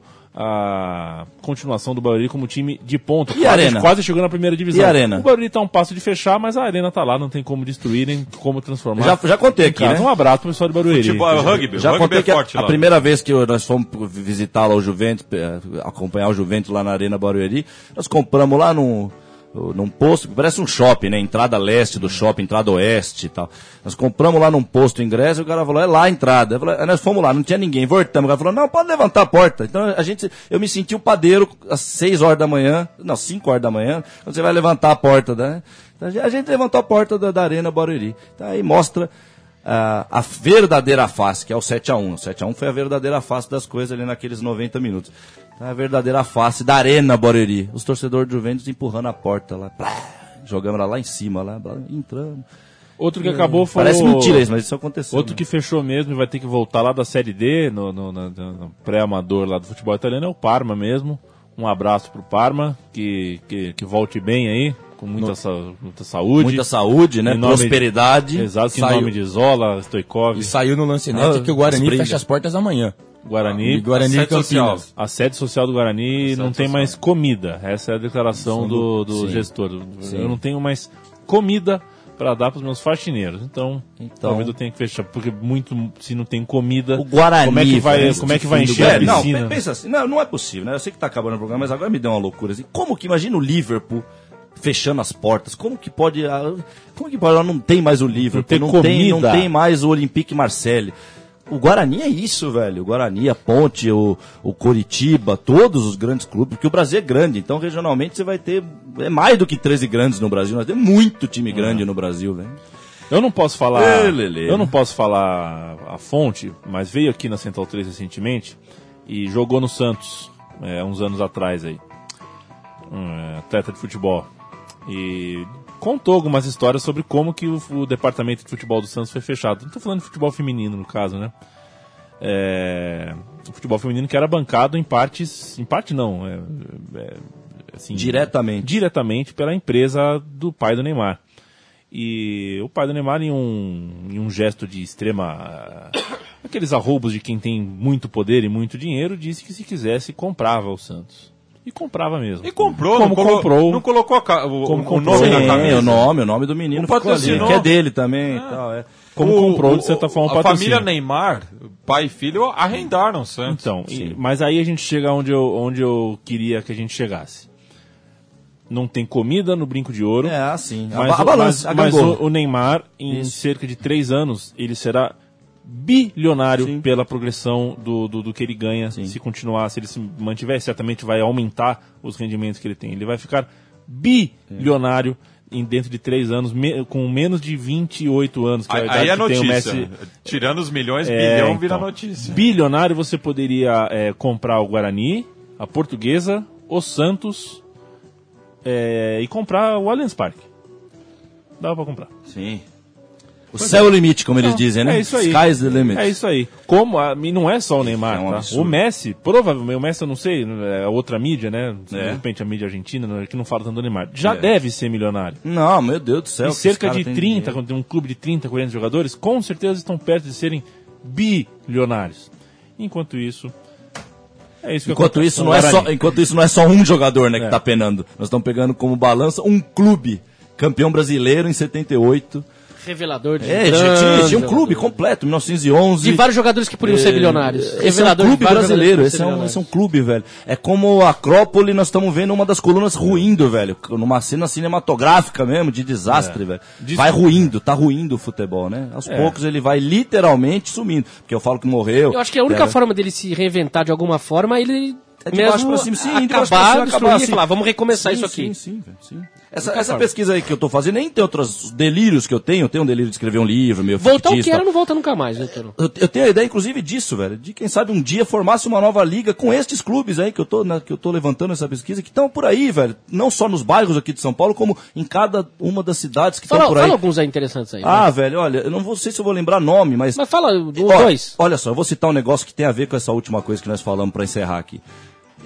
Speaker 1: a continuação do Barueri como time de ponta.
Speaker 3: E
Speaker 1: quase,
Speaker 3: a Arena?
Speaker 1: quase chegou na primeira divisão.
Speaker 3: E a Arena?
Speaker 1: O Barueri tá um passo de fechar, mas a Arena tá lá, não tem como destruir, nem como transformar.
Speaker 3: Já, já contei
Speaker 1: Em
Speaker 3: aqui,
Speaker 1: casa,
Speaker 3: né?
Speaker 1: Um abraço pro pessoal do Barueri.
Speaker 8: Futebol é rugby,
Speaker 3: Já
Speaker 8: rugby
Speaker 3: contei
Speaker 8: é
Speaker 3: que a,
Speaker 8: forte
Speaker 3: a
Speaker 8: lá.
Speaker 3: primeira vez que eu- nós fomos visitar lá o Juventus, eh, acompanhar o Juventus lá na Arena Barueri, nós compramos lá num, num posto, parece um shopping, né? Entrada leste do shopping, entrada oeste e tal. Nós compramos lá num posto ingresso e o cara falou, é lá a entrada. Eu falei, "Ah, nós fomos lá, não tinha ninguém, voltamos. O cara falou, não, pode levantar a porta. Então a gente, eu me senti o padeiro às 6 horas da manhã, não, 5 horas da manhã, quando você vai levantar a porta, né? Então, a gente levantou a porta da, da Arena Barueri. Então aí mostra ah, a verdadeira face, que é o 7x1. O 7x1 foi a verdadeira face das coisas ali naqueles 90 minutos. Então, é A verdadeira face da Arena Boreri. Os torcedores do Juventus empurrando a porta lá. Plá, jogamos lá, lá em cima, lá, blá, entramos.
Speaker 1: Outro que acabou foi
Speaker 3: Parece
Speaker 1: o-
Speaker 3: mentira isso, mas isso aconteceu.
Speaker 1: Outro
Speaker 3: né?
Speaker 1: que fechou mesmo e vai ter que voltar lá da Série D, no, no- na- na- no pré-amador lá do futebol italiano, é o Parma mesmo. Um abraço pro Parma, que, que, que volte bem aí, com muita, sa- muita saúde.
Speaker 3: Muita saúde, né?
Speaker 1: Em nome de-
Speaker 3: Prosperidade.
Speaker 1: Exato, em
Speaker 9: Saiu.
Speaker 1: nome de Zola, Stoikov,
Speaker 9: E saiu no lance net
Speaker 3: Ah,
Speaker 9: que o Guarani
Speaker 3: desprende.
Speaker 9: fecha as portas amanhã.
Speaker 1: Guarani.
Speaker 9: E Guarani e
Speaker 8: Sede social.
Speaker 9: Campinas.
Speaker 1: A sede social do Guarani não tem mais comida. Essa é a declaração do, do
Speaker 3: Sim.
Speaker 1: gestor. Eu não tenho mais comida para dar para os meus faxineiros. Então,
Speaker 3: Então.
Speaker 1: talvez eu tenha que fechar, porque muito se não tem comida,
Speaker 3: O Guarani,
Speaker 1: como é que vai,
Speaker 3: velho,
Speaker 1: como é
Speaker 3: esse
Speaker 1: que vai
Speaker 3: fim do
Speaker 1: encher a
Speaker 3: Guarani. não,
Speaker 1: piscina?
Speaker 3: pe- pensa assim, não, não é possível, né? Eu sei que tá acabando o programa, mas agora me deu uma loucura assim. Como que imagina o Liverpool fechando as portas? Como que pode ah, como que pode Ela não tem mais o Liverpool,
Speaker 1: tem
Speaker 3: não tem, não
Speaker 1: comida.
Speaker 3: tem mais o Olympique Marseille. O Guarani é isso, velho. O Guarani, a Ponte, o, o Coritiba, todos os grandes clubes, porque o Brasil é grande, então regionalmente você vai ter é mais do que 13 grandes no Brasil, nós temos muito
Speaker 8: É.
Speaker 3: time grande no Brasil, velho.
Speaker 1: Eu não posso falar.
Speaker 3: Ê, Lelê.
Speaker 1: Eu não posso falar a fonte, mas veio aqui na Central 3 recentemente e jogou no Santos é, uns anos atrás aí. Um, é, atleta de futebol. E contou algumas histórias sobre como que o, o departamento de futebol do Santos foi fechado. Não tô falando de futebol feminino, no caso, né? É, o futebol feminino que era bancado em partes. Em parte não. é, é, assim,
Speaker 3: Diretamente.
Speaker 1: diretamente pela empresa do pai do Neymar. E o pai do Neymar, em um, em um gesto de extrema. [coughs] aqueles arroubos de quem tem muito poder e muito dinheiro, disse que se quisesse comprava o Santos. E comprava mesmo.
Speaker 8: E comprou,
Speaker 1: Como
Speaker 8: não colo-
Speaker 1: comprou.
Speaker 8: Não colocou a ca- o,
Speaker 1: Como
Speaker 8: o
Speaker 1: comprou.
Speaker 8: nome na
Speaker 1: Sim,
Speaker 8: camisa.
Speaker 3: o nome, o nome do menino
Speaker 8: O Ah.
Speaker 3: ficou ali,
Speaker 8: patrocinou.
Speaker 3: que é dele também e tal, é.
Speaker 1: Como
Speaker 8: O-
Speaker 1: comprou, de
Speaker 8: o-
Speaker 1: certa forma, o
Speaker 8: A
Speaker 1: patrocínio.
Speaker 8: família né? Neymar, pai e filho, arrendaram o Santos.
Speaker 1: Então, e- mas aí a gente chega onde eu, onde eu queria que a gente chegasse. Não tem comida no brinco de ouro.
Speaker 3: É, assim. A,
Speaker 1: Mas,
Speaker 3: ba- a
Speaker 1: o-
Speaker 3: balança,
Speaker 1: mas- mas
Speaker 3: a gangorra.
Speaker 1: o, o Neymar, em cerca de três anos, ele será bilionário pela progressão do, do, do que ele ganha. Se continuar, se ele se mantiver, certamente vai aumentar os rendimentos que ele tem. Ele vai ficar bilionário em dentro de três anos, me- com menos de 28 anos. Que é a
Speaker 8: aí,
Speaker 1: idade
Speaker 8: aí é
Speaker 1: que tem
Speaker 8: notícia.
Speaker 1: o Messi,
Speaker 8: Tirando os milhões,
Speaker 1: é,
Speaker 8: bilhão
Speaker 1: então.
Speaker 8: vira notícia.
Speaker 1: Bilionário, você poderia é, comprar o Guarani, a Portuguesa, o Santos é, e comprar o Allianz Parque. Dava pra comprar.
Speaker 3: Sim. O céu é o limite, como eles dizem, né?
Speaker 1: É isso aí.
Speaker 3: Sky's the limit.
Speaker 1: É isso aí. Como a, e não é só o Neymar,
Speaker 3: É um
Speaker 1: tá?
Speaker 3: absurdo.
Speaker 1: O Messi, provavelmente, o Messi eu não sei, é outra mídia, né?
Speaker 3: É.
Speaker 1: De repente a mídia argentina, né, que não fala tanto do Neymar. Já
Speaker 3: É.
Speaker 1: deve ser milionário.
Speaker 3: Não, meu Deus do céu.
Speaker 1: e
Speaker 3: que
Speaker 1: cerca
Speaker 3: os
Speaker 1: de
Speaker 3: caras têm
Speaker 1: 30,
Speaker 3: dinheiro.
Speaker 1: quando tem um clube de 30, 40 jogadores, com certeza estão perto de serem bilionários. Enquanto isso, é isso que
Speaker 3: Enquanto
Speaker 1: acontece
Speaker 3: isso,
Speaker 1: com
Speaker 3: não
Speaker 1: o
Speaker 3: é
Speaker 1: Guarani.
Speaker 3: só, enquanto isso, não é só um jogador né, que
Speaker 1: É.
Speaker 3: tá penando. Nós estamos pegando como balança um clube campeão brasileiro em 78.
Speaker 2: Revelador de
Speaker 3: É,
Speaker 2: grandes
Speaker 3: tinha, tinha um clube
Speaker 2: jogadores.
Speaker 3: completo, 1911.
Speaker 2: De vários jogadores que podiam ser bilionários.
Speaker 3: Esse é um
Speaker 2: Revelador de
Speaker 3: clube
Speaker 2: vários
Speaker 3: brasileiro,
Speaker 2: jogadores que
Speaker 3: esse é,
Speaker 2: podiam
Speaker 3: um,
Speaker 2: ser
Speaker 3: esse é um clube, velho. É como a Acrópole, nós estamos vendo uma das colunas ruindo, velho. Numa cena cinematográfica mesmo, de desastre,
Speaker 2: É.
Speaker 3: velho.
Speaker 1: Diz-
Speaker 3: Vai ruindo, tá ruindo o futebol, né? Aos poucos ele vai literalmente sumindo. Porque eu falo que morreu.
Speaker 2: Eu acho que a única
Speaker 3: era-
Speaker 2: forma dele se reinventar de alguma forma é ele
Speaker 3: né? é de
Speaker 2: mesmo
Speaker 3: baixo pra cima. Sim, de baixo pra
Speaker 2: acabar,
Speaker 3: cima, assim.
Speaker 2: destruir e falar, "Vamos recomeçar
Speaker 3: Sim,
Speaker 2: isso aqui."
Speaker 3: Sim, sim, velho, sim. Essa, essa pesquisa aí que eu tô fazendo, nem tem outros delírios que eu tenho. Eu tenho um delírio de escrever um livro, meu
Speaker 2: Voltar o
Speaker 3: fictício
Speaker 2: que
Speaker 3: e tal.
Speaker 2: era não volta nunca mais, né, Toro?
Speaker 3: Eu, eu tenho a ideia, inclusive, disso, velho. De quem sabe um dia formasse uma nova liga com estes clubes aí que eu tô, né, que eu tô levantando essa pesquisa, que estão por aí, velho. Não só nos bairros aqui de São Paulo, como em cada uma das cidades que estão
Speaker 2: Fala,
Speaker 3: por aí.
Speaker 2: fala alguns aí interessantes aí.
Speaker 3: Ah,
Speaker 2: vai.
Speaker 3: velho, olha, eu não vou- sei se eu vou lembrar nome, mas.
Speaker 2: Mas fala os
Speaker 3: Ó,
Speaker 2: dois.
Speaker 3: Olha só, eu vou citar um negócio que tem a ver com essa última coisa que nós falamos pra encerrar aqui.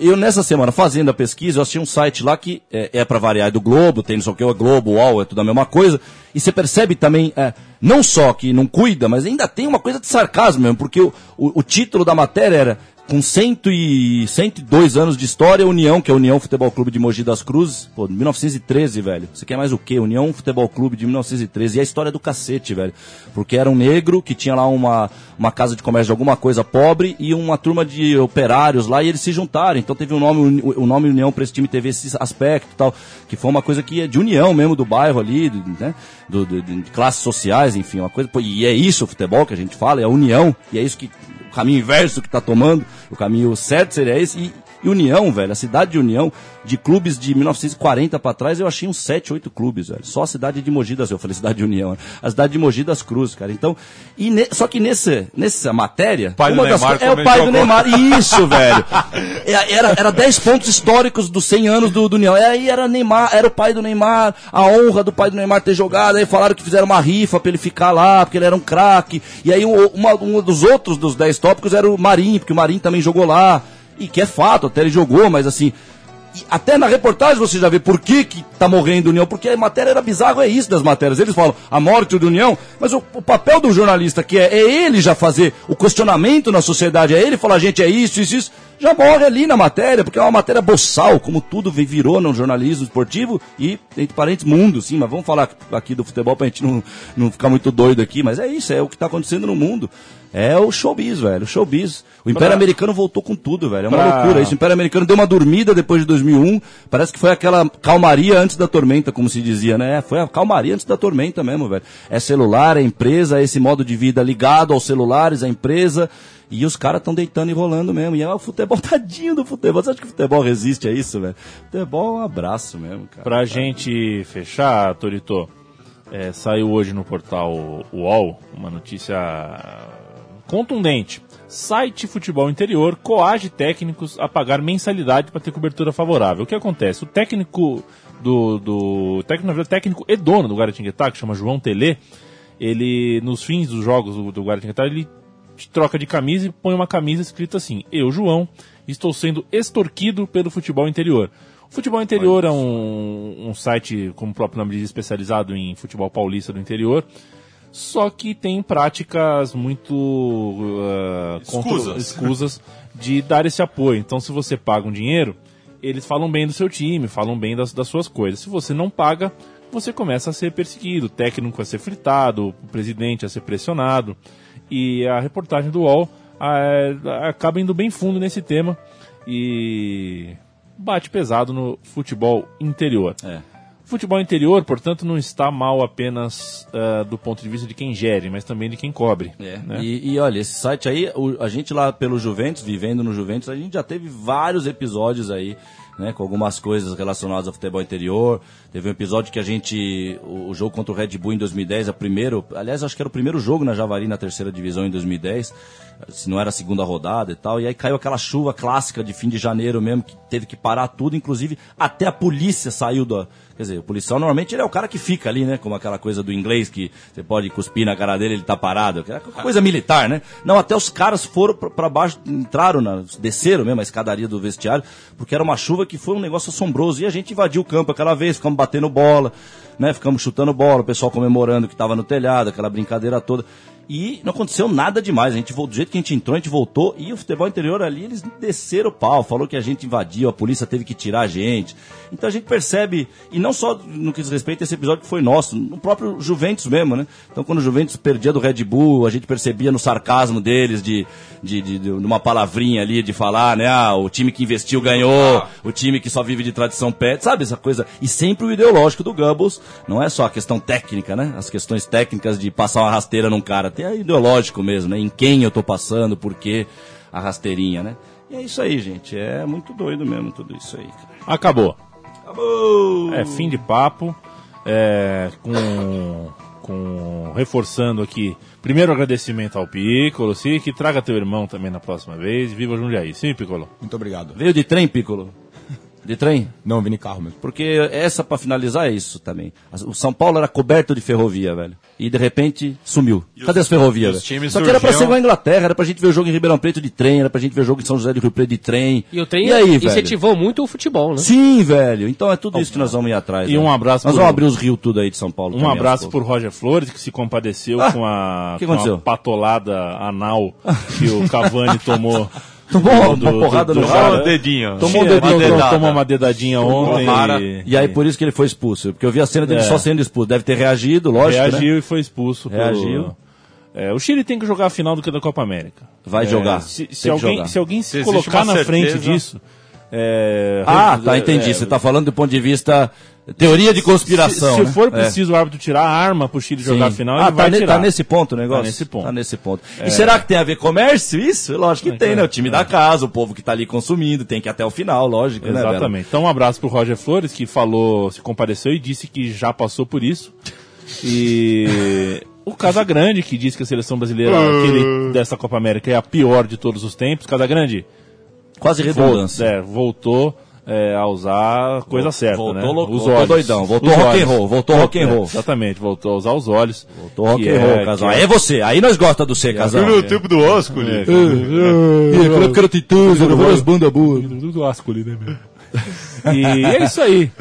Speaker 3: Eu, nessa semana, fazendo a pesquisa, eu achei um site lá que é, é para variar é do Globo, tem não sei o que, é Globo, UOL, é tudo a mesma coisa. E você percebe também, é, não só que não cuida, mas ainda tem uma coisa de sarcasmo mesmo, porque o, o- o título da matéria era com 100 e 102 anos de história, União, que é a União Futebol Clube de Mogi das Cruzes, pô, 1913, velho. Você quer mais o quê? União Futebol Clube de 1913. E a história do cacete, velho. Porque era um negro que tinha lá uma, uma casa de comércio de alguma coisa pobre e uma turma de operários lá e eles se juntaram. Então teve o nome, o nome União pra esse time teve esse aspecto e tal, que foi uma coisa que é de união mesmo do bairro ali, do- né? Do, do- de classes sociais, enfim, uma coisa. pô, e é isso o futebol que a gente fala, é a união. E é isso que o caminho inverso que está tomando, o caminho certo seria esse. E, e União, velho, a cidade de União, de clubes de 1940 para trás, eu achei uns 7, 8 clubes, velho. Só a cidade de Mogi das eu falei cidade de União, né? a cidade de Mogi das Cruzes, cara. Então, e ne- só que nesse, nessa matéria,
Speaker 8: pai do Neymar
Speaker 3: co- é o
Speaker 8: também
Speaker 3: pai do
Speaker 8: jogou.
Speaker 3: Neymar,
Speaker 8: [laughs]
Speaker 3: isso, velho. É, Era, era 10 pontos históricos dos 100 anos do, do União. E aí era Neymar, era o pai do Neymar, a honra do pai do Neymar ter jogado. Aí falaram que fizeram uma rifa pra ele ficar lá, porque ele era um craque. E aí o- uma- um dos outros dos 10 tópicos era o Marinho, porque o Marinho também jogou lá. E que é fato, até ele jogou, mas assim. e Até na reportagem você já vê por que, que tá morrendo o União, porque a matéria era bizarro, é isso das matérias. Eles falam a morte do União, mas o, o papel do jornalista que é, é ele já fazer o questionamento na sociedade, é ele falar, gente, é isso, isso, isso, já morre ali na matéria, porque é uma matéria boçal, como tudo vi- virou no jornalismo esportivo e, entre parênteses, mundo, sim, mas vamos falar aqui do futebol pra gente não, não ficar muito doido aqui, mas é isso, é o que tá acontecendo no mundo. É o showbiz, velho, o showbiz. O Império Americano voltou com tudo, velho, é uma
Speaker 1: Pra-
Speaker 3: loucura isso. O Império Americano deu uma dormida depois de 2001. Parece que foi aquela calmaria antes da tormenta, como se dizia, né? É, Foi a calmaria antes da tormenta mesmo, velho. É celular, é empresa, é esse modo de vida ligado aos celulares, à empresa. E os caras estão deitando e rolando mesmo. E é o futebol, [laughs] tadinho do futebol. Você acha que o futebol resiste a isso, velho? Futebol é um abraço mesmo, cara.
Speaker 1: Pra gente fechar, Torito, é, saiu hoje no portal UOL uma notícia contundente. Site Futebol Interior coage técnicos a pagar mensalidade para ter cobertura favorável. O que acontece? O técnico do. do técnico, na verdade, técnico e dono do Guaratinguetá, que chama João Telê, ele, nos fins dos jogos do, do Guaratinguetá, ele te troca de camisa e põe uma camisa escrita assim: Eu, João, estou sendo extorquido pelo futebol interior. O futebol interior é um, um site, como o próprio nome diz, especializado em futebol paulista do interior. Só que tem práticas muito ah, contro-
Speaker 8: Escusas.
Speaker 1: escusas de dar esse apoio. Então, se você paga um dinheiro, eles falam bem do seu time, falam bem das, das suas coisas. Se você não paga, você começa a ser perseguido, o técnico a ser fritado, o presidente a ser pressionado. E a reportagem do UOL ah, acaba indo bem fundo nesse tema e bate pesado no futebol interior.
Speaker 3: É.
Speaker 1: O futebol interior, portanto, não está mal apenas ah, do ponto de vista de quem gere, mas também de quem cobre.
Speaker 3: É.
Speaker 1: né?
Speaker 3: E, e olha, esse site aí, o- a gente lá pelo Juventus, vivendo no Juventus, a gente já teve vários episódios aí, né, com algumas coisas relacionadas ao futebol interior. Teve um episódio que a gente, o, o jogo contra o Red Bull em 2010, a primeiro, aliás, acho que era o primeiro jogo na Javari na terceira divisão em 2010, se não era a segunda rodada e tal. E aí caiu aquela chuva clássica de fim de janeiro mesmo, que teve que parar tudo, inclusive até a polícia saiu da, quer dizer, o policial normalmente ele é o cara que fica ali, né, como aquela coisa do inglês que você pode cuspir na cara dele, ele tá parado, aquela coisa militar, né? Não, até os caras foram pra- pra baixo, entraram na, desceram mesmo a escadaria do vestiário, porque era uma chuva que foi um negócio assombroso. E a gente invadiu o campo aquela vez, ficamos batendo bola, né? Ficamos chutando bola, o pessoal comemorando que tava no telhado, aquela brincadeira toda. E não aconteceu nada demais. A gente vol- do jeito que a gente entrou, a gente voltou e o futebol interior ali eles desceram o pau, falou que a gente invadiu, a polícia teve que tirar a gente. Então a gente percebe e não só no que diz respeito a esse episódio que foi nosso, no próprio Juventus mesmo, né? Então quando o Juventus perdia do Red Bull, a gente percebia no sarcasmo deles de de, de, de uma palavrinha ali de falar, né? Ah, o time que investiu ganhou, o time que só vive de tradição pet, sabe essa coisa? E sempre o ideológico do Goebbels, não é só a questão técnica, né? As questões técnicas de passar uma rasteira num cara, até é ideológico mesmo, né? Em quem eu tô passando, por quê a rasteirinha, né? E é isso aí, gente. É muito doido mesmo tudo isso aí. cara.
Speaker 1: Acabou. Acabou! É, fim de papo. É, com, com. Reforçando aqui. Primeiro agradecimento ao Piccolo, sim, que traga teu irmão também na próxima vez. Viva Jundiaí, sim, Piccolo.
Speaker 9: Muito obrigado.
Speaker 3: Veio de trem, Piccolo? De trem?
Speaker 9: Não, vim de carro mesmo.
Speaker 3: Porque essa, pra finalizar, é isso também. As- O São Paulo era coberto de ferrovia, velho. E de repente sumiu. Cadê as ferrovias?
Speaker 8: e os
Speaker 3: velho?
Speaker 8: times
Speaker 3: Só que era pra ser
Speaker 8: surgiam-
Speaker 3: igual a Inglaterra, era pra gente ver o jogo em Ribeirão Preto de trem, era pra gente ver o jogo em São José do Rio Preto de trem.
Speaker 2: E o trem
Speaker 3: aí, velho?
Speaker 2: incentivou muito o futebol, né?
Speaker 3: Sim, velho. Então é tudo isso que nós vamos ir atrás.
Speaker 1: E
Speaker 3: velho.
Speaker 1: um abraço
Speaker 3: Nós
Speaker 1: pro-
Speaker 3: vamos abrir os rios tudo aí de São Paulo.
Speaker 1: Um
Speaker 3: também,
Speaker 1: abraço
Speaker 3: aos
Speaker 1: por Roger Flores, que se compadeceu
Speaker 3: Ah,
Speaker 1: com, a,
Speaker 3: que
Speaker 1: com a
Speaker 3: aconteceu?
Speaker 1: patolada anal que
Speaker 3: [laughs]
Speaker 1: o Cavani tomou.
Speaker 3: Tomou uma porrada no
Speaker 8: Só
Speaker 3: Cara,
Speaker 8: o dedinho.
Speaker 1: Tomou um
Speaker 8: Uma
Speaker 1: dedão,
Speaker 8: dedada.
Speaker 1: tomou uma dedadinha ontem.
Speaker 8: Tomara.
Speaker 1: e-
Speaker 3: E aí por isso que ele foi expulso, porque eu vi a cena dele
Speaker 1: É.
Speaker 3: só sendo expulso. Deve ter reagido, lógico, né?
Speaker 1: Reagiu e foi expulso. pelo-
Speaker 3: Reagiu.
Speaker 1: É, o Chile tem que jogar a final do que da Copa América.
Speaker 3: Vai
Speaker 1: É,
Speaker 3: jogar,
Speaker 1: Se,
Speaker 3: tem
Speaker 1: se
Speaker 3: que
Speaker 1: alguém
Speaker 3: jogar.
Speaker 1: se, alguém se
Speaker 8: Se existe
Speaker 1: colocar
Speaker 8: uma
Speaker 1: na frente
Speaker 8: certeza-
Speaker 1: disso. é,
Speaker 3: Ah,
Speaker 1: re-
Speaker 3: tá, entendi.
Speaker 1: é,
Speaker 3: Você tá falando do ponto de vista teoria de conspiração,
Speaker 1: Se, se
Speaker 3: né?
Speaker 1: for
Speaker 3: É.
Speaker 1: preciso o árbitro tirar a arma pro Chile jogar a final,
Speaker 3: ah,
Speaker 1: ele
Speaker 3: tá,
Speaker 1: vai
Speaker 3: ne-
Speaker 1: tirar.
Speaker 3: tá nesse ponto o negócio?
Speaker 1: Tá nesse ponto. É.
Speaker 3: Tá nesse ponto. E será que tem a ver comércio isso? Lógico que tem, né? O time da casa, o povo que tá ali consumindo, tem que ir até o final, lógico, né, Bela?
Speaker 1: Exatamente. Então, um abraço pro Roger Flores, que falou, se compareceu e disse que já passou por isso. E o Casagrande, que disse que a seleção brasileira aquele, dessa Copa América é a pior de todos os tempos. Casagrande,
Speaker 3: Quase redundância.
Speaker 1: voltou, é, voltou é, a usar a coisa certa,
Speaker 3: voltou
Speaker 1: né?
Speaker 3: louco,
Speaker 1: Os
Speaker 3: voltou
Speaker 1: olhos.
Speaker 3: doidão, voltou
Speaker 1: Os
Speaker 3: rock and
Speaker 1: olhos.
Speaker 3: roll, voltou rock and
Speaker 1: É,
Speaker 3: roll.
Speaker 1: Exatamente, voltou a usar os olhos.
Speaker 3: Tô rock
Speaker 1: que
Speaker 3: and roll,
Speaker 1: é-
Speaker 3: casal.
Speaker 1: que
Speaker 3: É você, aí nós gosta do ser, casal.
Speaker 8: Viu o tempo do Oscar,
Speaker 1: É,
Speaker 8: Lito?
Speaker 9: Aquela cara titãs, eram várias bandas boas.
Speaker 1: do Ascoli, né, meu? E é isso aí.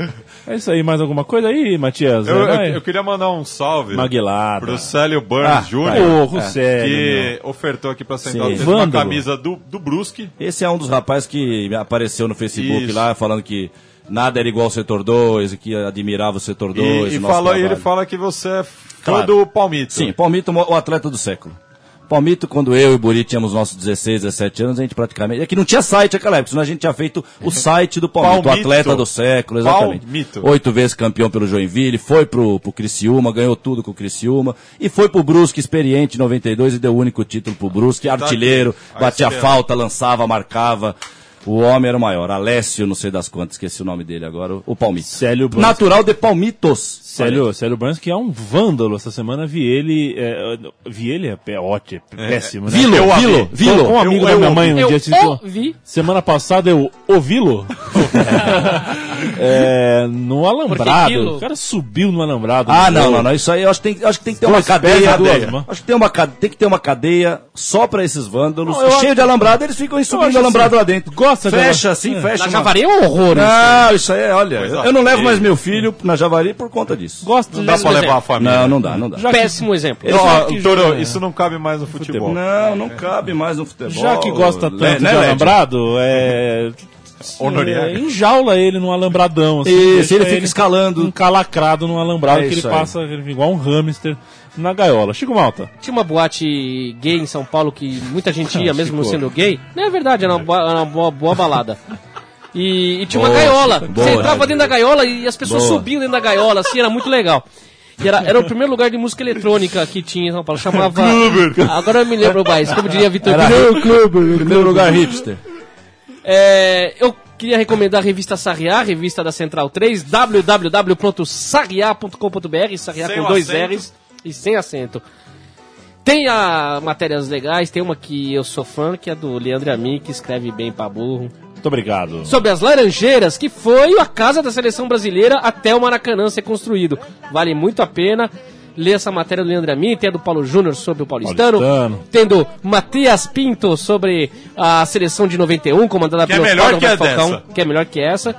Speaker 1: É isso aí. Mais alguma coisa aí, Matias?
Speaker 8: Eu, eu-
Speaker 1: Vai.
Speaker 8: eu queria mandar um salve
Speaker 1: Maguilada. É.
Speaker 8: pro Célio Burns Jr.,
Speaker 1: Porra, sério. É, meu.
Speaker 8: que ofertou aqui pra Central
Speaker 3: Sim.
Speaker 8: Teve uma
Speaker 1: Vândalo.
Speaker 8: camisa do, do Brusque.
Speaker 3: Esse é um dos rapazes que apareceu no Facebook
Speaker 8: Isso.
Speaker 3: lá falando que nada era igual ao setor 2, que admirava o setor
Speaker 8: E,
Speaker 3: 2.
Speaker 8: e
Speaker 3: o nosso
Speaker 8: falou, e
Speaker 3: trabalho.
Speaker 8: ele fala que você é fã
Speaker 3: Claro.
Speaker 8: do Palmito.
Speaker 3: Sim, Palmito, o atleta do século. Palmito, quando eu e o Buri tínhamos nossos 16, 17 anos, a gente praticamente. É que não tinha site naquela época, senão a gente tinha feito
Speaker 8: [laughs]
Speaker 3: o site do Palmito,
Speaker 8: Palmito.
Speaker 3: o atleta do século, exatamente.
Speaker 8: Palmito.
Speaker 3: Oito vezes campeão pelo Joinville, foi pro, pro Criciúma, ganhou tudo com o Criciúma, e foi pro Brusque, experiente em 92, e deu o único título pro Brusque, artilheiro,
Speaker 8: Tá aqui.
Speaker 3: batia
Speaker 8: Artilheiro.
Speaker 3: falta, lançava, marcava. O homem era o maior. Alessio, não sei das quantas, esqueci o nome dele agora, o- o Palmito.
Speaker 1: Célio Burns.
Speaker 3: Natural de Palmitos.
Speaker 1: Célio, Célio Burns, que é um vândalo. Essa semana vi ele. É, vi ele é, pé- ótimo, é péssimo, né?
Speaker 3: Vilo,
Speaker 1: Eu amei.
Speaker 3: Vilo, Vilo.
Speaker 1: Com um amigo
Speaker 8: Eu-
Speaker 1: da
Speaker 8: eu
Speaker 1: minha
Speaker 8: ouvi.
Speaker 1: mãe um
Speaker 2: Eu
Speaker 1: dia assistiu-
Speaker 2: ouvi.
Speaker 1: Semana passada eu ouvi-lo é, no
Speaker 2: Porque
Speaker 1: alambrado.
Speaker 2: aquilo-
Speaker 1: O cara subiu no alambrado.
Speaker 3: Ah,
Speaker 1: no-
Speaker 3: não, não, não. Isso aí eu acho que tem, acho que, tem que ter uma
Speaker 1: Dois pés e
Speaker 3: cadeia.
Speaker 1: duas
Speaker 3: cadeia.
Speaker 1: mãos.
Speaker 3: Acho que tem, uma, cade- tem que ter uma cadeia só pra esses vândalos.
Speaker 1: Não, eu
Speaker 3: Cheio
Speaker 1: acho-
Speaker 3: de alambrado, eles ficam aí
Speaker 1: acho
Speaker 3: subindo
Speaker 1: assim,
Speaker 3: alambrado lá dentro.
Speaker 1: gosta de
Speaker 3: Fecha
Speaker 1: alam-
Speaker 3: assim,
Speaker 1: É.
Speaker 3: fecha.
Speaker 2: Na
Speaker 3: uma-
Speaker 2: Javari é um horror.
Speaker 3: Não, isso aí é, olha.
Speaker 8: Coisa
Speaker 3: Eu, eu não levo
Speaker 8: feia.
Speaker 3: mais meu filho na Javari por conta disso.
Speaker 1: Gosta
Speaker 8: Não
Speaker 1: de-
Speaker 8: dá pra levar a família.
Speaker 3: Não, não dá, não dá.
Speaker 2: isso. Péssimo exemplo.
Speaker 8: Não,
Speaker 1: Já
Speaker 8: ó,
Speaker 1: que-
Speaker 8: Toro,
Speaker 1: é.
Speaker 8: isso não cabe mais no futebol.
Speaker 3: Não, não cabe mais no futebol.
Speaker 1: Já que gosta
Speaker 3: Le-
Speaker 1: tanto
Speaker 3: né,
Speaker 1: de
Speaker 3: Led?
Speaker 1: alambrado, é.
Speaker 8: Honoriaga.
Speaker 1: é, enjaula ele num alambradão. Assim,
Speaker 3: Isso,
Speaker 1: deixa Então.
Speaker 3: ele fica escalando.
Speaker 1: Um Encalacrado num alambrado
Speaker 3: É
Speaker 1: que ele
Speaker 3: isso aí.
Speaker 1: passa ele fica igual um hamster na gaiola. Chico Malta.
Speaker 2: Tinha uma boate gay em São Paulo que muita gente
Speaker 3: Ah,
Speaker 2: ia, mesmo não
Speaker 1: ficou.
Speaker 2: sendo gay. Não é verdade, era uma boa, era uma boa, boa balada. E, e tinha uma
Speaker 3: Boa,
Speaker 2: gaiola.
Speaker 3: boa,
Speaker 2: Você entrava
Speaker 3: né?
Speaker 2: dentro da gaiola e as pessoas
Speaker 3: Boa.
Speaker 2: subiam dentro da gaiola, assim, era muito legal. E era, era o primeiro lugar de música eletrônica que tinha em São Paulo. Chamava. Agora eu me lembro mais, como diria Vitor
Speaker 3: Era
Speaker 2: Hugo.
Speaker 3: Primeiro lugar, hipster.
Speaker 2: É, eu queria recomendar a revista Sarriá, revista da Central 3, www.sarriá.com.br, Sarriá
Speaker 8: Sem
Speaker 2: com
Speaker 8: o
Speaker 2: dois
Speaker 8: acento.
Speaker 2: R's e sem acento. Tem a matérias legais, tem uma que eu sou fã, que é do Leandro Amin, que escreve bem pra burro.
Speaker 1: Muito obrigado.
Speaker 2: Sobre as Laranjeiras, que foi a casa da seleção brasileira até o Maracanã ser construído. Vale muito a pena ler essa matéria do Leandro Amin, tem a do Paulo Júnior sobre o Paulistano,
Speaker 1: Paulistano.
Speaker 2: tem do Matias Pinto sobre a seleção de 91, comandada
Speaker 8: Que é
Speaker 2: pelo
Speaker 8: melhor
Speaker 2: Paulo
Speaker 8: que a
Speaker 2: Falcão,
Speaker 8: dessa.
Speaker 2: que é melhor que essa.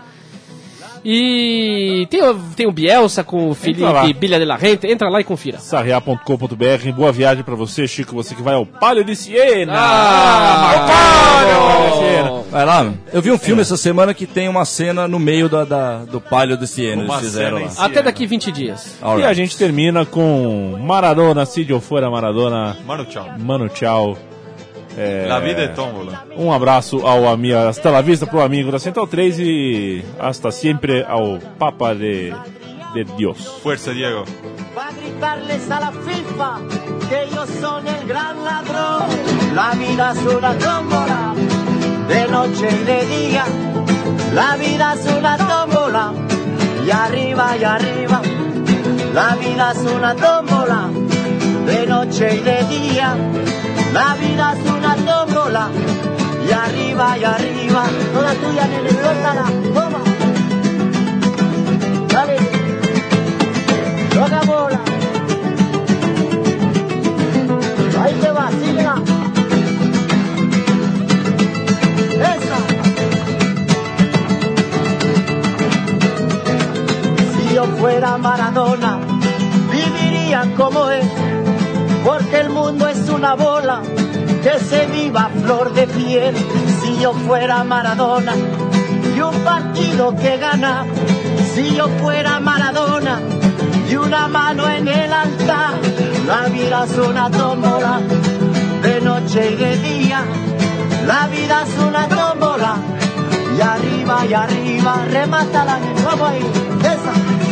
Speaker 2: E tem, o- tem o Bielsa com o
Speaker 1: lá.
Speaker 2: Felipe Bilha de la Rente, entra lá e confira.
Speaker 1: sarriá.com.br. Boa viagem pra você, Chico. Você que vai ao Palio de Siena.
Speaker 8: Ah,
Speaker 2: Ah,
Speaker 1: Palio!
Speaker 3: Vai lá, meu. Eu vi um filme essa semana que tem uma cena no meio da, da- do palio do Siena, eles
Speaker 8: Uma
Speaker 3: fizeram
Speaker 8: cena
Speaker 3: lá.
Speaker 8: em
Speaker 2: Até daqui 20 dias.
Speaker 1: E a gente termina com Maradona, Cid ou Fora Maradona.
Speaker 8: Mano, tchau.
Speaker 1: Mano, tchau.
Speaker 8: La vida é tómbola.
Speaker 1: Um abraço ao amigo, hasta la vista pro amigo da Central 3 e hasta sempre ao Papa de, de Dios.
Speaker 8: Fuerza, Diego.
Speaker 5: para gritarles a la FIFA que ellos son el gran ladrón. La vida es una tómbola,
Speaker 8: de noche y de día. La vida es una tómbola, y arriba y arriba. La vida es una tómbola, de noche y de día. La vida es una tómbola, y arriba y arriba. Toda tuya, nene, explótala, toma. Dale, toca bola. Ahí te va, síguela. Esa. Si yo fuera Maradona, viviría como es, porque el mundo es una bola que se viva a flor de piel. Si yo fuera Maradona y un partido que gana, si yo fuera Maradona y una mano en el altar, la vida es una tómbola de noche y de día. La vida es una tómbola y arriba y arriba remátala, vamos ahí, esa.